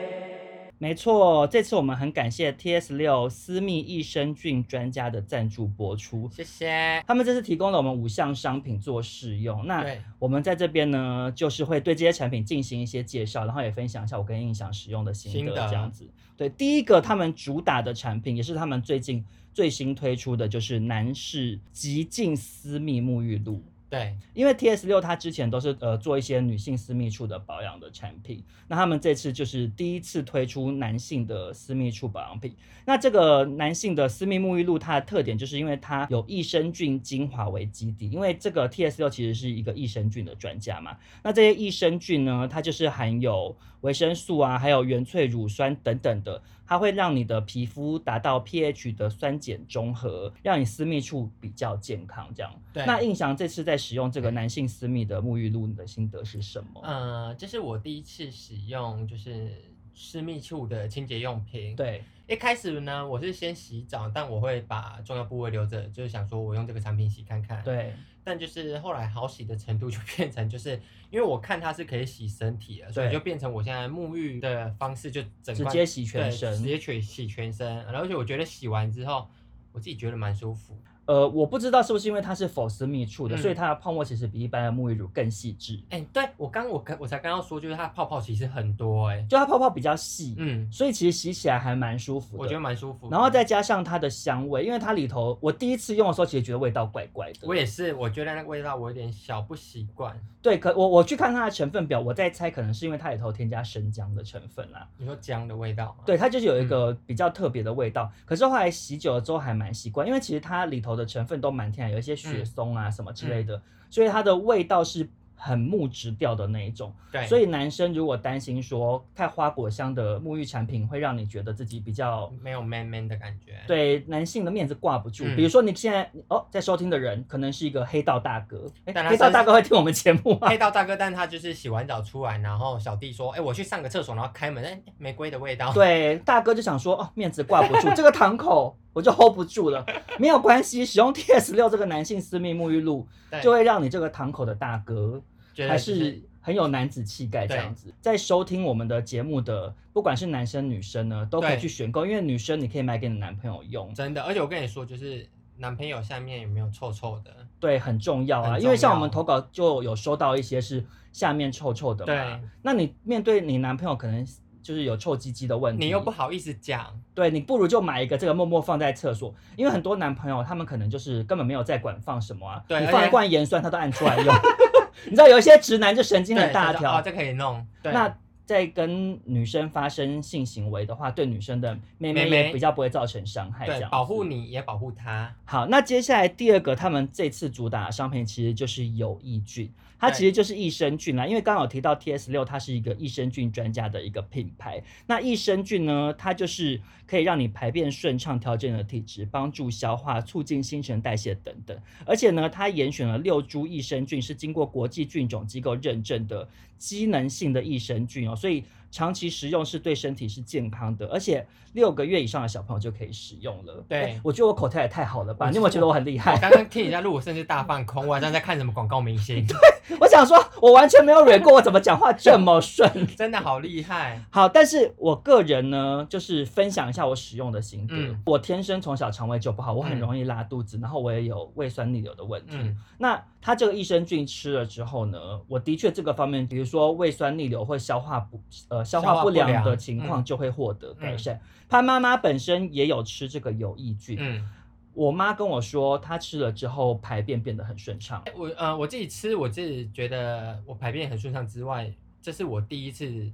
没错，这次我们很感谢 T S 六私密益生菌专家的赞助播出。
谢谢。
他们这次提供了我们五项商品做试用，那
对
我们在这边呢，就是会对这些产品进行一些介绍，然后也分享一下我跟印象使用的心得
心得
这样子。对，第一个他们主打的产品，也是他们最近最新推出的，就是男士极净私密沐浴露。
对，
因为 T S 六它之前都是呃做一些女性私密处的保养的产品，那他们这次就是第一次推出男性的私密处保养品。那这个男性的私密沐浴露，它的特点就是因为它有益生菌精华为基底，因为这个 T S 六其实是一个益生菌的专家嘛。那这些益生菌呢，它就是含有维生素啊，还有原萃乳酸等等的，它会让你的皮肤达到 pH 的酸碱中和，让你私密处比较健康。这样。
对
那印象这次在使用这个男性私密的沐浴露，你的心得是什么？
呃，这是我第一次使用就是私密处的清洁用品。，
对，
一开始呢，我是先洗澡，但我会把重要部位留着，就是想说我用这个产品洗看看。，
对，
但就是后来好洗的程度就 变成，就是因为我看它是可以洗身体的，所以
对
就变成我现在沐浴的方式就整
直
块
接洗全
对
身
直接全洗全身，而且我觉得洗完之后，我自己觉得蛮舒服。
呃，我不知道是不是因为它是否私密处的，
嗯
所以它的泡沫其实比一般的沐浴乳更细致，
哎、对我刚我刚我才刚刚说，就是它的泡泡其实很多哎、
就它泡泡比较细，
嗯，
所以其实洗起来还蛮舒服的。
我觉得蛮舒服的。
然后再加上它的香味，因为它里头我第一次用的时候，其实觉得味道怪怪的。
我也是，我觉得那个味道我有点小不习惯。
对，可我我去看它的成分表，我在猜可能是因为它里头添加生姜的成分啊啦、
你说姜的味道吗？
对，它就是有一
嗯
个比较特别的味道。可是后来洗久了之后还蛮习惯，因为其实它里头的成分都蛮天然，有一些雪
嗯
松啊什么之类的，所以它的味道是很木质调的那一种。
对，
所以男生如果担心说太花果香的沐浴产品会让你觉得自己比较
没有 man man 的感觉。，
对男性的面子挂不住，
嗯
比如说你现在哦在收听的人可能是一个黑道大哥，诶
但他
黑道
身
大哥会听我们节目 吗
黑？道大哥，但他就是洗完澡出来，然后小弟说：“哎、我去上个厕所。”然后开门，哎、玫瑰的味道。，
对，大哥就想说哦面子挂不住，这个堂口我就 hold 不住了，没有关系，使用 T S 六这个男性私密沐浴露
对
就会让你这个堂口的大哥
觉得
还
就是
很有男子气概这样子。在收听我们的节目的，不管是男生女生呢，都可以
对
去选购，因为女生你可以买给你男朋友用，
真的。而且我跟你说，就是男朋友下面有没有臭臭的？
对，很重要
很重
啊。
要
因为像我们投稿就有收到一些是下面臭臭的嘛
对，啊
那你面对你男朋友可能。就是有臭鸡鸡的问题，
你又不好意思讲，
对你不如就买一个这个默默放在厕所，因为很多男朋友他们可能就是根本没有在管放什么啊，
对
你
而
放一
且
罐盐酸他都按出来用， 你知道有一些直男就神经
对，
很大
他说
条，
哦，这可以弄。对，
那在跟女生发生性行为的话，对女生的妹妹
妹妹
也比较不会造成伤害，这
对
样，子
保护。你也保护他。
好，那接下来第二个，他们这次主打的商品其实就是有益菌，它
对
其实就是益生菌啦。因为刚好提到 T S 六，它是一个益生菌专家的一个品牌。那益生菌呢，它就是可以让你排便顺畅，调整你的体质，帮助消化，促进新陈代谢等等。而且呢，它严选了六株益生菌是经过国际菌种机构认证的机能性的益生菌哦，所以长期食用是对身体是健康的，而且六个月以上的小朋友就可以使用了。
对
哎我觉得我口条也太好了吧？
我
你有没有觉得我很厉
我
害？
刚刚听你在录，我甚至大放空，我好像在看什么广告明 星，
我想说，我完全没有蕊过，我怎么讲话这么顺？
真的好厉害。
好，但是我个人呢，就是分享一下我使用的心得。
嗯
我天生从小肠胃就不好，我很
嗯
容易拉肚子，然后我也有胃酸逆流的问题。
嗯，
那它这个益生菌吃了之后呢，我的确这个方面，比如说胃酸逆流或消化不呃消
消
化
化
不
不
良
良
的情况
嗯
就会获得改善。潘妈妈本身也有吃这个有益菌，
嗯，
我妈跟我说她吃了之后排便变得很顺畅。
我呃我自己吃，我自己觉得我排便很顺畅之外，这是我第一次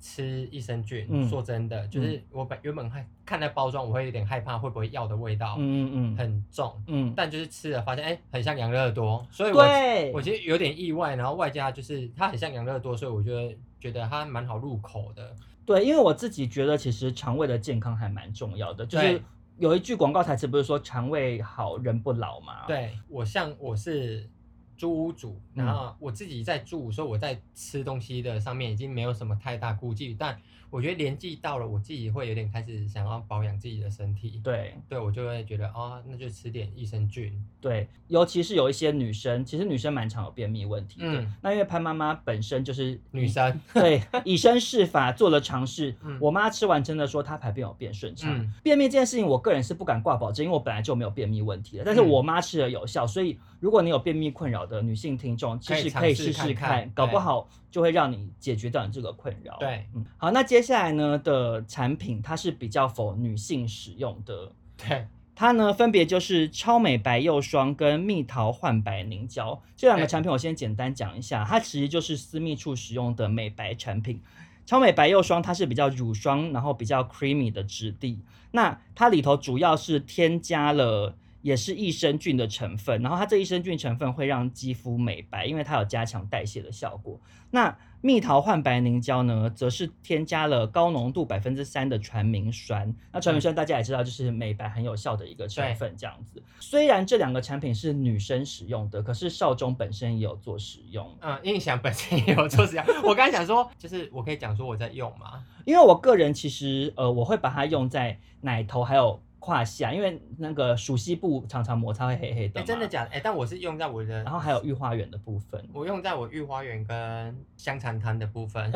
吃益生菌。
嗯
说真的，就是我本原本看看那包装，我会有点害怕会不会药的味道
嗯嗯嗯
很重，
嗯，
但就是吃了发现，哎、很像养乐多，所以我
对，
我其实有点意外，然后外加就是它很像养乐多，所以我觉得觉得它蛮好入口的。
对，因为我自己觉得其实肠胃的健康还蛮重要的，就是
对
有一句广告台词不是说肠胃好人不老嘛？，
对我像我是租屋主，
嗯
然后我自己在住，所以我在吃东西的上面已经没有什么太大顾忌，但我觉得年纪到了，我自己会有点开始想要保养自己的身体。
对
对，我就会觉得哦，那就吃点益生菌。
对，尤其是有一些女生，其实女生蛮常有便秘问题的。
嗯，
那因为潘妈妈本身就是
女
生。
生，
对，以身试法做了尝试。
嗯
我妈吃完真的说她排便有变顺畅。
嗯
便秘这件事情，我个人是不敢挂保证，因为我本来就没有便秘问题的。但是
嗯
我妈吃了有效，所以如果你有便秘困扰的女性听众，其
可以
实
尝
可以
试
试
看
试
看
搞不
对
好就会让你解决掉你这个困扰。
对，
嗯，好，那接下来呢的产品它是比较否女性使用的。
对，
它呢分别就是超美白釉霜跟蜜桃焕白凝胶这两个
哎
产品，我先简单讲一下，它其实就是私密处使用的美白产品。超美白釉霜它是比较乳霜，然后比较 creamy 的质地，那它里头主要是添加了。也是益生菌的成分，然后它这益生菌成分会让肌肤美白，因为它有加强代谢的效果。那蜜桃焕白凝胶呢，则是添加了高浓度百分之三的传明酸。那传明酸大家也知道，就是美白很有效的一个成分，这样子。虽然这两个产品是女生使用的，可是少中本身也有做使用。
嗯，印象本身也有做实验。我刚才想说，就是我可以讲说我在用嘛，
因为我个人其实呃，我会把它用在奶头还有胯下，因为那个熟悉部常常摩擦会黑黑的
哎、
嘛。
真的假的？哎、但我是用在我的，
然后还有御花园的部分，
我用在我御花园跟香肠摊的部 分。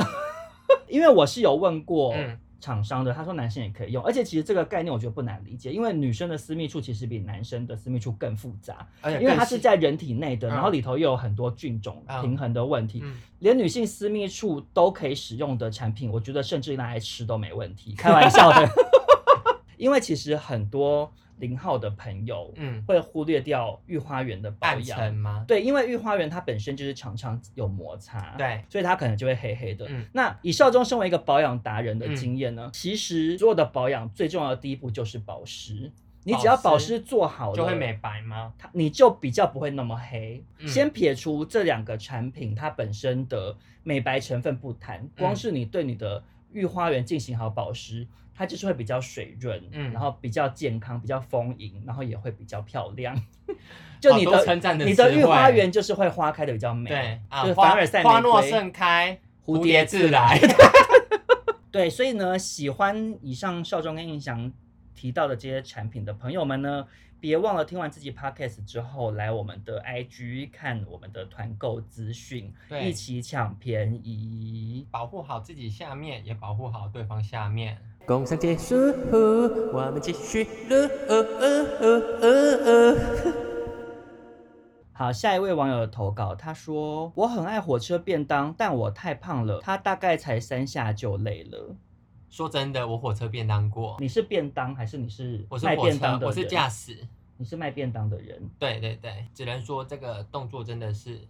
因为我是有问过
嗯
厂商的，他说男生也可以用，而且其实这个概念我觉得不难理解，因为女生的私密处其实比男生的私密处更复杂，
而且
因为
更
它是
细
在人体内的，
嗯
然后里头又有很多菌种
嗯
平衡的问题，
嗯，
连女性私密处都可以使用的产品，我觉得甚至拿来吃都没问题， 开玩笑的，因为其实很多零号的朋友
嗯，
会忽略掉御花园的保
暗沉
养。
吗？
对，因为御花园它本身就是常常有摩擦，
对，
所以它可能就会黑黑的。
嗯
那以少中身为一个保养达人的经验呢，其实所有的保养最重要的第一步就是保湿。你只要保
保湿
湿做好了，
就会美白吗？
它你就比较不会那么黑。
嗯
先撇除这两个产品它本身的美白成分不谈，
嗯
光是你对你的御花园进行好保湿，它就是会比较水润，
嗯
然后比较健康，比较丰盈，然后也会比较漂亮。 就你
好
的
多称赞的
你的
词
御
汇
花园就是会花开的比较美，
对啊
就是，
花
凡尔赛
花
玫
若
瑰
盛开，
蝴
蝴
蝶
蝶
自
自 来。
对，所以呢，喜欢以上少中跟印翔提到的这些产品的朋友们呢，别忘了听完自己 podcast 之后，来我们的 IG 看我们的团购资讯，
对
一起抢便宜。
保护好自己下面，也保护好对方下面。
工商结束，我们继续了。呃呃呃呃呃
好，下一位网友的投稿，他说：“我很爱火车便当，但我太胖了，他大概才三下就累了。
说真的，我火车便当过，
你是便当还是你是
我是
卖
火
便当
车，
的
我是
人
驾驶。
你是卖便当的人，
对对对，只能说这个动作真的是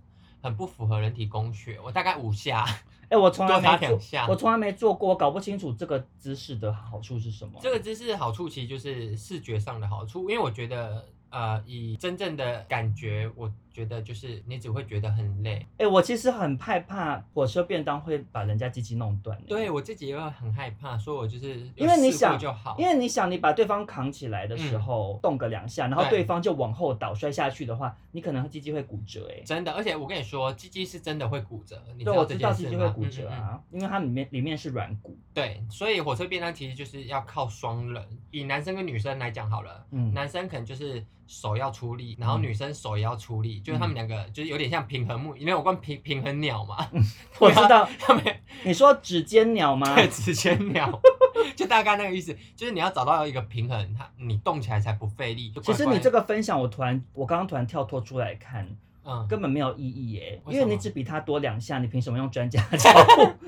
很不符合人体工学。我大概五下，
哎、我从来
多打
没
两
做，
下
我从来没做过，我搞不清楚这个姿势的好处是什么。
这个姿势好处其实就是视觉上的好处，因为我觉得，呃，以真正的感觉，我觉得就是你只会觉得很累。
哎、我其实很害怕火车便当会把人家鸡鸡弄断。欸
对，我自己也会很害怕，所以我就是有
因为你
试过
想
就好，
因为你想，你把对方扛起来的时候、动个两下，然后
嗯对
对方就往后倒摔下去的话，你可能鸡鸡会骨折、哎，
真的，而且我跟你说，鸡鸡是真的会骨折，你知
对，
道
我知
这
道
件
鸡
事
鸡
吗？
会骨折
嗯嗯嗯
啊，因为它里面里面是软骨。
对，所以火车便当其实就是要靠双人，以男生跟女生来讲好了。
嗯，
男生可能就是手要出力，然后
嗯
女生手也要出力，就是他们两个就是有点像平衡木，因为我关平平衡鸟嘛，
我知道，
他们
你说指尖鸟吗？
对，指尖鸟， 就大概那个意思，就是你要找到一个平衡，它你动起来才不费力。就
其
乖
实
乖
你这个分享，我突然我刚刚突然跳脱出来看，
嗯，
根本没有意义耶，
为
因
什
为
么
你只比他多两下，你凭什么用专家 照顾？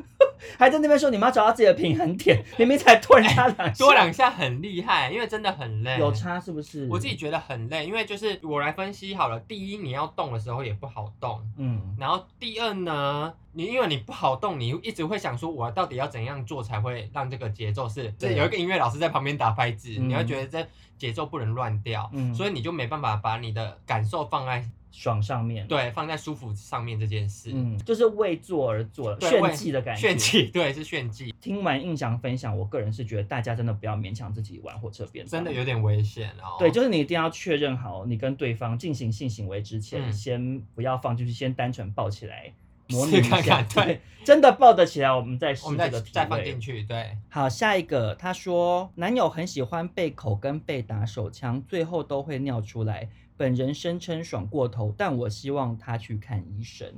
还在那边说你们要找到自己的平衡点，明明才多人家两下，
多两下很厉害，因为真的很累。
有差是不是？
哎我自己觉得很累，因为就是我来分析好了，第一你要动的时候也不好动，
嗯，
然后第二呢，你因为你不好动，你一直会想说我到底要怎样做才会让这个节奏是，
对啊
是有一个音乐老师在旁边打拍子，
嗯
你会觉得这节奏不能乱掉，
嗯
所以你就没办法把你的感受放在
爽上面，，
对放在舒服上面这件事。
嗯，就是为做而做，
对
炫
为
技的感觉。
炫。技，对，是炫技，
听完印象分享，我个人是觉得大家真的不要勉强自己玩火车便当，
真的有点危险哦。
嗯对，就是你一定要确认好，你跟对方进行性行为之前，
嗯
先不要放进去，先单纯抱起来模拟
试
一
看
下。
看对，
真的抱得起来，我们再试
我们
这
再
个体
再放
位
进去，对，
好，下一个，她说男友很喜欢被口跟被打手枪，最后都会尿出来。本人声称爽过头，但我希望他去看医生。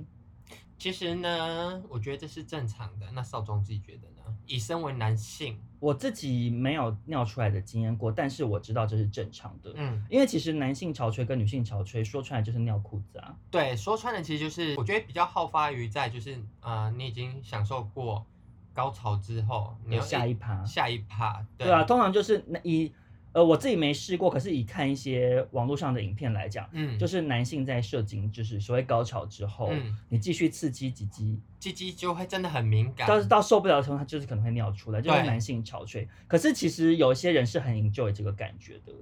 其实呢，我觉得这是正常的。那少宗自己觉得呢？以身为男性，
我自己没有尿出来的经验过，但是我知道这是正常的。
嗯，
因为其实男性潮吹跟女性潮吹说出来就是尿裤子啊，
对，说穿了，其实就是我觉得比较好发于在就是呃，你已经享受过高潮之后，你
有
要
下一趴。
下一趴，
啊对啊，通常就是那以呃，我自己没试过，可是以看一些网络上的影片来讲，
嗯，
就是哦是男性在射精，就是所谓高潮之后，
嗯
你继续刺激几激，
鸡鸡就会真的很敏感，
到到受不了的程度，他就是可能会尿出来，就是
对
男性潮吹。可是其实有些人是很 enjoy 这个感觉的，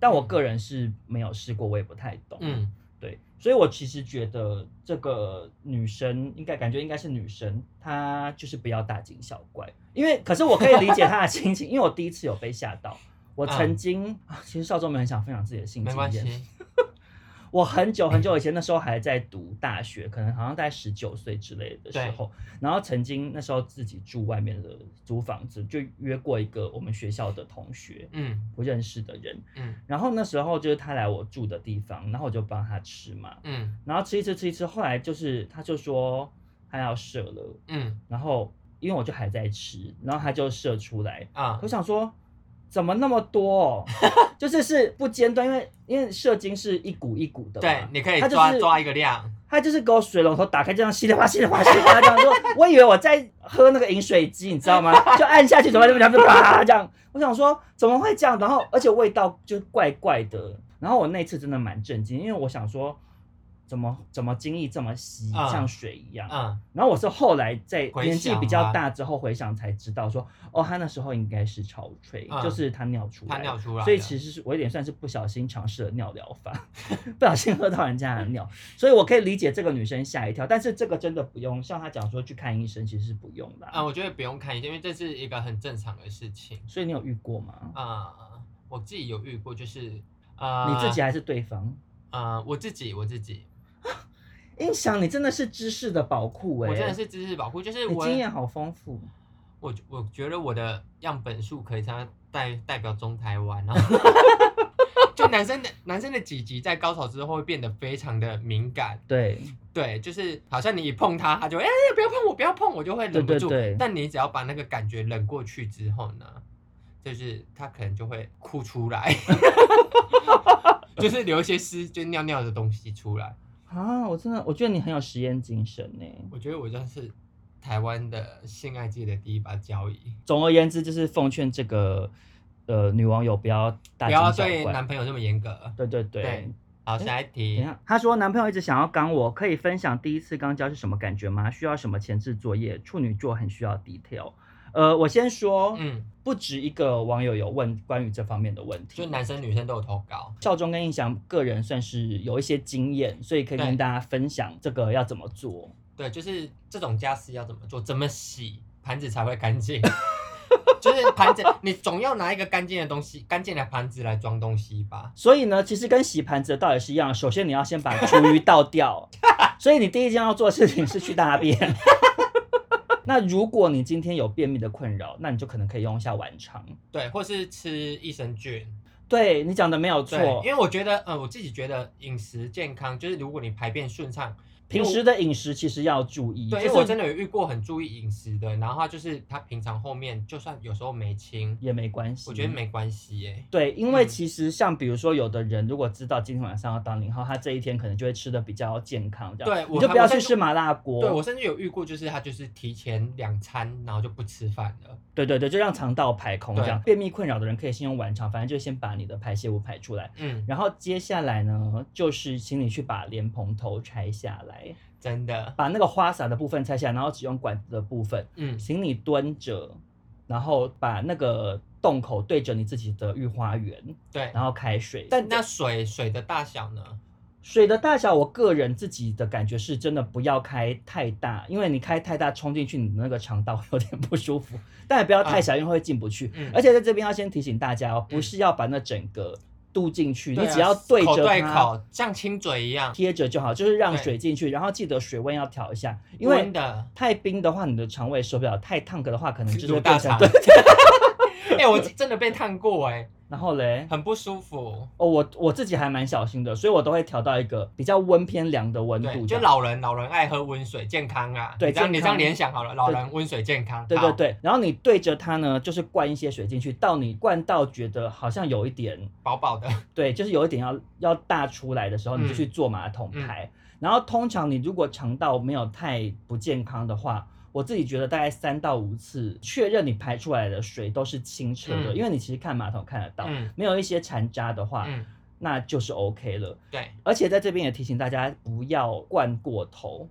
但我个人是没有试过，我也不太懂。，
嗯
对，所以我其实觉得这个女生应该感觉应该是女生，她就是不要大惊小怪，因为可是我可以理解她的心情，因为我第一次有被吓到。 我曾经，啊其实少中没有很想分享自己的性
嗯没
经
关
验。
系，
我很久很久以前，那时候还在读大学，可能好像在十九岁之类的时候，然后曾经那时候自己住外面的租房子，就约过一个我们学校的同学，
嗯
不认识的人。
嗯
然后那时候就是他来我住的地方，然后我就帮他吃嘛，
嗯
然后吃一吃吃一吃，后来就是他就说他要射了，
嗯
然后因为我就还在吃，然后他就射出来，
啊
我，想说怎么那么多、哦， 就是是不间断，因为因为射精是一股一股的嘛，
对，你可以
他就
抓
是
抓一个量，
他就是给我水龙头打开，这样稀里哗稀里哗稀里哗这样说，我以为我在喝那个饮水机，你知 道吗？就按下去，怎么怎么怎么啪这样。我想说怎么会这样？然后而且味道就怪怪的。然后我那次真的蛮震惊，因为我想说怎么怎么精液这么稀，
嗯
像水一样。
嗯，
然后我是后来在
回想啊
年纪比较大之后回想才知道说，哦，他那时候应该是潮吹，
嗯
就是他尿出来
他
了，
尿出来了，
所以其实是我有点算是不小心尝试了尿疗法， 不小心喝到人家的尿，所以我可以理解这个女生吓一跳，但是这个真的不用，像她讲说去看医生其实是不用的啊、
啊，我觉得不用看医生，因为这是一个很正常的事情
所以你有遇过吗？
啊。我自己有遇过，就是啊，
你自己还是对方？
啊，我自己我自己，
印象你真的是知识的宝库哎、
我真的是知识宝库，就是
你
我
经验好丰富，
我我觉得我的样本数可以它代代表中台 湾啊。就男生的男生的几级在高潮之后会变得非常的敏感，
对
对，就是好像你一碰他，他就哎、不要碰我，不要碰我，就会忍不住。
对对对
但你只要把那个感觉忍过去之后呢，就是他可能就会哭出来， 就是流一些湿，就尿尿的东西出来。
啊，我真的我觉得你很有实验精神哎、
我觉得我就是台湾的性爱界的第一把交椅。
总而言之，就是奉劝这个呃女网友不要大
不
惊
要
小
对
怪
男。朋友这么严格。
对对对，
对好，下一
等
题
一。下，她说男朋友一直想要刚我，可以分享第一次刚交是什么感觉吗？需要什么前置作业？处女座很需要 detail。呃，我先说，
嗯，
不止一个网友有问关于这方面的问
就
题。
男生女生都有投稿。
少中跟印翔个人算是有一些经验，所以可以
对
跟大家分享这个要怎么做。
对，就是这种家事要怎么做，怎么洗盘子才会干 净。就是盘子，你总要拿一个干净的东西，干净的盘子来装东西吧。
所以呢，其实跟洗盘子的道理是一样，首先你要先把厨余倒 掉，所以你第一件要做的事情是去大便。那如果你今天有便秘的困扰，那你就可能可以用一下晚肠。
对，或是吃益生菌。
对你讲的没有
对，
错
因，为我觉得，呃，我自己觉得饮食健康，就是如果你排便顺畅，
平时的饮食其实要注意，
对，因为
就是
我真的有遇过很注意饮食的，然后他就是他平常后面就算有时候没清，
也没关系。
我觉得没关系耶、
对，因为
嗯
其实像比如说，有的人如果知道今天晚上要当零号，他这一天可能就会吃的比较健康，这样
对我
你就
还
不要
我在
去吃麻辣锅。
对我甚至有遇过，就是他就是提前两餐，然后就不吃饭了。
对对对，就让肠道排空这样。
对
便秘困扰的人可以先用晚肠，反正就先把你的排泄物排出来。
嗯，
然后接下来呢，就是请你去把莲蓬头拆下来，
真的，
把那个花洒的部分拆下来，然后只用管子的部分，
嗯，
请你蹲着，然后把那个洞口对着你自己的御花园，
对。
然后开水。
但那水水的大小呢？
水的大小，我个人自己的感觉是真的不要开太大，因为你开太大冲进去，你的那个肠道会有点不舒服。但也不要太小，因为会进不去。
啊嗯
而且在这边要先提醒大家哦，不是要把那整个渡进去，
对
你
啊
只要对
口
着
对
它
口，像亲嘴一样，
贴着就好，就是让
对
水进去，然后记得水温要调一下，因为
温的。
太冰的话你的肠胃受不了，太烫的话可能就是
卤
会
大
变成
肠
嗯对。
哎、我真的被烫过哎、
然后嘞，
很不舒服。
哦，我我自己还蛮小心的，所以我都会调到一个比较温偏凉的温
对，
度这
就
样。
老人，老人爱喝温水，健康啊。
对
你这样
健
你
康
这样联想好了，老人温水健康。
对
好
对，对，然后你对着它呢，就是灌一些水进去，到你灌到觉得好像有一点，
饱饱的。
对，就是有一点要要大出来的时候，你就
嗯
去做马桶排。然后通常你如果肠道没有太不健康的话，我自己觉得大概三到五次确认你排出来的水都是清澈的，
嗯
因为你其实看马桶看得到，
嗯
没有一些残渣的话，
嗯，
那就是 OK 了。
对，
而且在这边也提醒大家不要灌过头，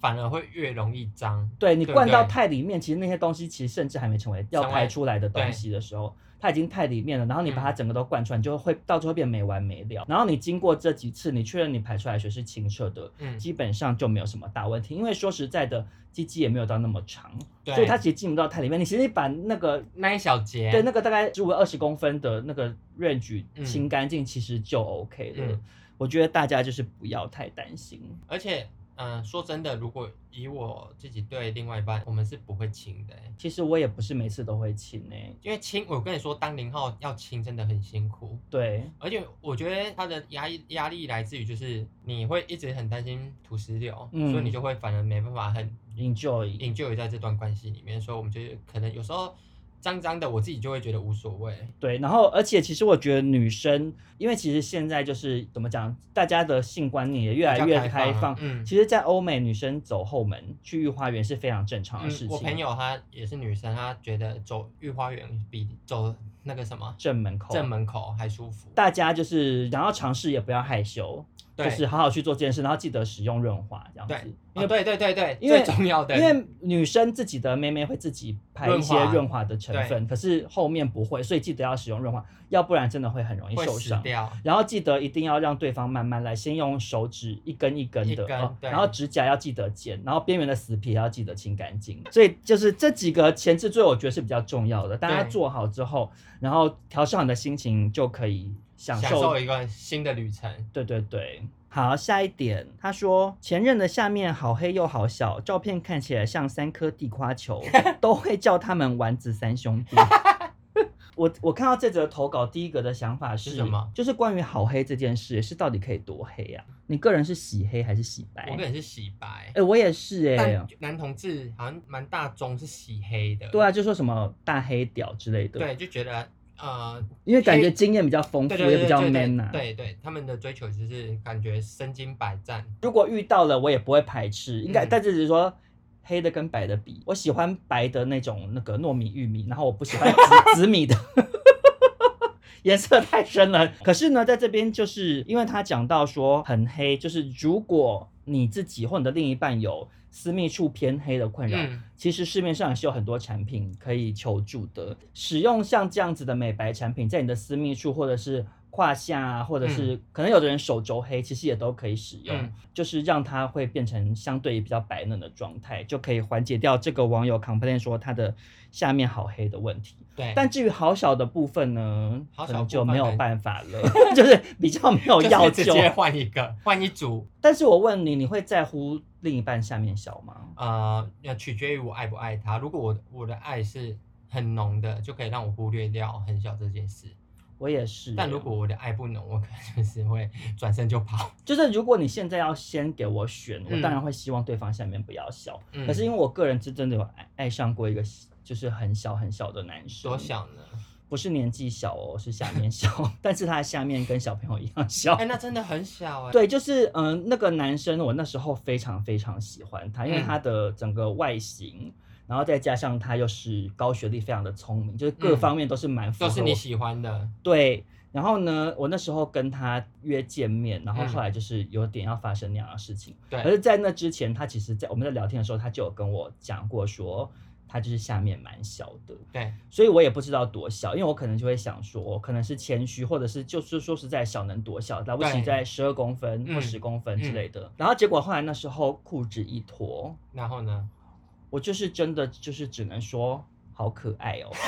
反而会越容易脏。
对你
对不
灌到
对
太里面，其实那些东西其实甚至还没成为要
成为
排出来的东
对
西的时候，它已经太里面了。然后你把它
嗯
整个都灌出来，你就会到最后变没完没了。然后你经过这几次，你确认你排出来的水是清澈的，
嗯，
基本上就没有什么大问题。因为说实在的，鸡鸡也没有到那么长，
对
所以它其实进不到太里面。你其实把那个
那一小节，
对，那个大概十五二十公分的那个 range
嗯
清干净，其实就 OK 了。
嗯
我觉得大家就是不要太担心。
而且，嗯、说真的，如果以我自己对另外一半，我们是不会亲的欸、
其实我也不是每次都会亲诶、
因为亲，我跟你说，当零号要亲真的很辛苦，
对，
而且我觉得他的压力压力来自于就是你会一直很担心土石流，
嗯
所以你就会反而没办法很
enjoy。
enjoy 在这段关系里面，所以我们就可能有时候脏脏的，我自己就会觉得无所谓，
对，然后而且其实我觉得女生，因为其实现在就是怎么讲，大家的性观念也越来
比较
越
开
开
放
放。
嗯
其实，在欧美，女生走后门去御花园是非常正常的事情。
嗯我朋友她也是女生，她觉得走御花园比走那个什么
正门口，
正门口还舒服。
大家就是想要尝试也不要害羞，
对
就是好好去做这件事，然后记得使用润滑这样子
对。，
因
哦
为、
对对对对，
因为
最重要的，
因为女生自己的妹妹会自己排一些
润滑
润滑的成分，可是后面不会，所以记得要使用润滑，要不然真的会很容易
会
受
死
伤。
掉。
然后记得一定要让对方慢慢来，先用手指一根一根的，
一根
哦
对
然后指甲要记得剪，然后边缘的死皮也要记得清干净。所以就是这几个前置作业，我觉得是比较重要的。大家
对
做好之后，然后调试好你的心情，就可以享
享
受
受一个新的旅程。
对对对，好，下一点，他说前任的下面好黑又好小，照片看起来像三颗地 瓜球，都会叫他们丸子三兄弟。我我看到这则投稿，第一个的想法是
是什么
就是关于好黑这件事，是到底可以多黑啊？你个人是洗黑还是洗白？
我个人是洗白
哎、，我也是哎、
但男同志好像蛮大众是洗黑的。
对啊，就说什么大黑屌之类的，
对，就觉得呃，
因为感觉
黑
经验比较丰富，
对对对
也
对
比较
对
man 呐、啊。
对对，他们的追求就是感觉身经百战。
如果遇到了，我也不会排斥，应该，
嗯
但是只是说黑的跟白的比，我喜欢白的那种那个糯米玉米，然后我不喜欢紫紫米的。 颜色太深了，可是呢，在这边就是因为他讲到说很黑，就是如果你自己或你的另一半有私密处偏黑的困扰，
嗯，
其实市面上也是有很多产品可以求助的。使用像这样子的美白产品，在你的私密处或者是胯下啊，或者是、可能有的人手肘黑，其实也都可以使用，
嗯
就是让它会变成相对比较白嫩的状态，就可以缓解掉这个网友 complain 说他的下面好黑的问题。
对。
但至于好小的部分呢，
好
可
小
能
部
就
分
没有
呢
办法了， 就是比较没有
就是
药
直
救。
接换一个，换一组，
但是我问你，你会在乎另一半下面小吗？
呃，要取决于我爱不爱他。如果我我的爱是很浓的，就可以让我忽略掉很小这件事。
我也是耶。哦
但如果我的爱不浓，我可能就是会 转身就 跑。
就是如果你现在要先给我选，我
嗯
当然会希望对方下面不要小。
嗯
可是因为我个人是真的有爱爱上过一个就是很小很小的男生，
多？小呢？
不是年纪小哦，是下 面小，但是他的下面跟小朋友一样小。
哎、那真的很小哎、
哦对，就是嗯、呃那个男生我那时候非常非常喜欢他，因为
嗯
他的整个外形，然后再加上他又是高学历，非常的聪明，就是各
嗯
方面都是蛮符合
都是你
我
喜欢的，
对，然后呢，我那时候跟他约见面，然后
嗯
后来就是有点要发生那样的事情。
对
可是，在那之前，他其实在我们在聊天的时候，他就有跟我讲过说，他就是下面蛮小的，
对，
所以我也不知道多小，因为我可能就会想说，可能是谦虚，或者是就是说实在小能多小，了不起
对
在十二公分或
嗯
十公分之
嗯
类的。然后结果后来那时候裤子一脱，
然后呢？
我就是真的就是只能说好可爱哦。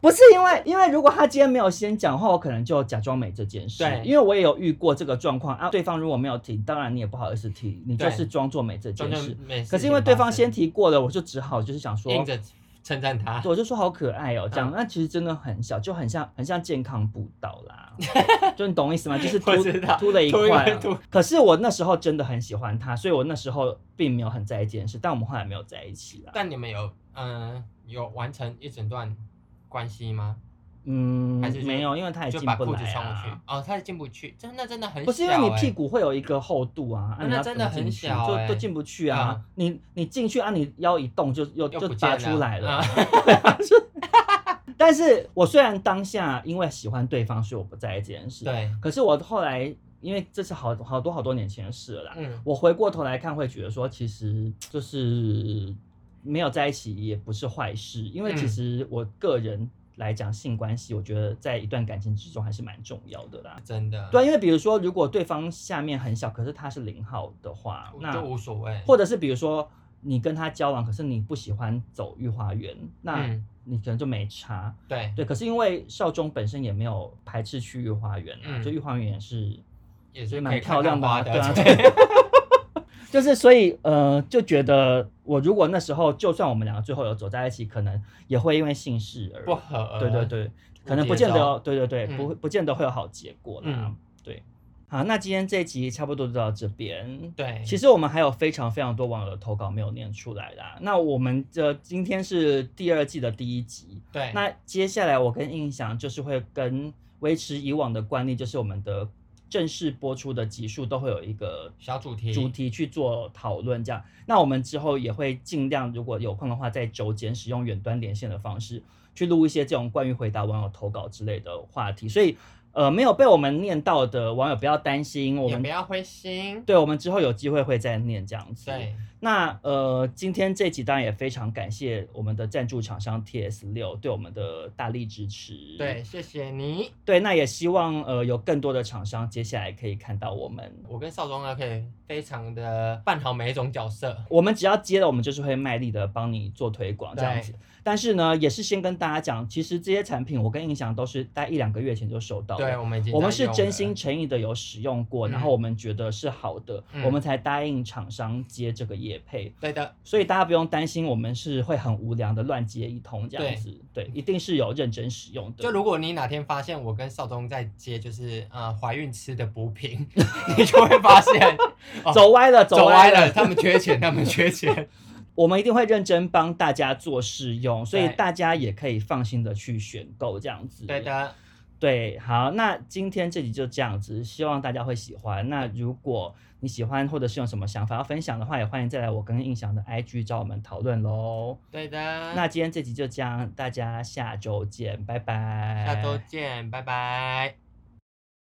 不是因为，因为如果他今天没有先讲话，我可能就假装没这件事。
对
因为我也有遇过这个状况啊，对方如果没有提，当然你也不好意思提，你就
对
是装作没这
中
件事
间。没事
可是因为对方
发生
先提过了，我就只好就是想说，
硬着称赞他，
我就说好可爱哦，这样。
嗯
那其实真的很小，就很像很像健康步道 啦，就你懂意思吗？就是凸
我知道
凸了一
凸一
块
块
啊、
凸
可是我那时候真的很喜欢他，所以我那时候并没有很在意这件事，但我们后来没有在一起啦。
但你们有嗯、呃有完成一整段关系吗？
嗯
还是，就
没有，因为它也
就
进
把
不
裤子
来
穿过去
啊。。
哦，他也进不去，真的真的很小、欸。
不是因为你屁股会有一个厚度啊，啊
那
你要
真
怎
的
么进
很
去
小欸
就都进不去啊。你你进去啊，你腰一动就又
又
就
不见
拔
了
出来了。
嗯
但是我虽然当下因为喜欢对方，所以我不在意这件事。，
对，
可是我后来因为这是好好多好多年前的事了啦，
嗯，
我回过头来看，会觉得说，其实就是没有在一起也不是坏事，因为
嗯
其实我个人来讲，性关系我觉得在一段感情之中还是蛮重要的啦。
真的。
对啊，因为比如说，如果对方下面很小，可是他是零号的话，啊那
就无所谓。
或者是比如说你跟他交往，可是你不喜欢走御花园，那
嗯
你可能就没差。
对，
对，可是因为少中本身也没有排斥去御花园啊，
嗯
就御花园也是
也
所
是
以
可
蛮
以看
漂亮
看
的
花
啊，
的。
对啊， 就是所以呃，就觉得我如果那时候就算我们两个最后有走在一起，可能也会因为性事而
不合。
对对，对，可能不见
接
得哦
招，
对对对，不
嗯
会不见得会有好结果啦。
嗯
对，好，那今天这一集差不多就到这边。
对，
其实我们还有非常非常多网友的投稿没有念出来啦。那我们这今天是第二季的第一集，
对，
那接下来我跟印象就是会跟维持以往的惯例，就是我们的正式播出的集数都会有一个
小主题
主题去做讨论，这样。那我们之后也会尽量，如果有空的话，在轴间使用远端连线的方式去录一些这种关于回答网友投稿之类的话题。所以，呃，没有被我们念到的网友不要担心，我
也
们
不要灰心。
对我们之后有机会会再念这样子。
对，
那呃，今天这集当然也非常感谢我们的赞助厂商 TS 六对我们的大力支持。
对，谢谢你。
对，那也希望呃有更多的厂商接下来可以看到我们。
我跟少宗呢，啊可以非常的扮好每一种角色。
我们只要接了，我们就是会卖力的帮你做推广这样子
对。
但是呢，也是先跟大家讲，其实这些产品我跟印象都是在一两个月前就收到了。
对，我们已经
哦我们
在
是
用
真
了
心诚意的有使用过，然
嗯
后我们觉得是好的，
嗯
我们才答应厂商接这个业配。
对的，
所以大家不用担心，我们是会很无良的乱接一通这样子，对，一定是有认真使用的。
就如果你哪天发现我跟少宗在接，就是呃怀孕吃的补 品，你就会发现哦
走歪了，
走歪
歪
了，他们缺钱，他们缺钱。
我们一定会认真帮大家做试用，所以
对
大家也可以放心的去选购这样子。
对，的，
对，好，那今天这集就这样子，希望大家会喜欢。那如果你喜欢或者是有什么想法要分享的话，也欢迎再来我跟印象的 IG 找我们讨论喽。
对的。
那今天这集就这样，大家下周见，拜拜。
下周见，拜拜。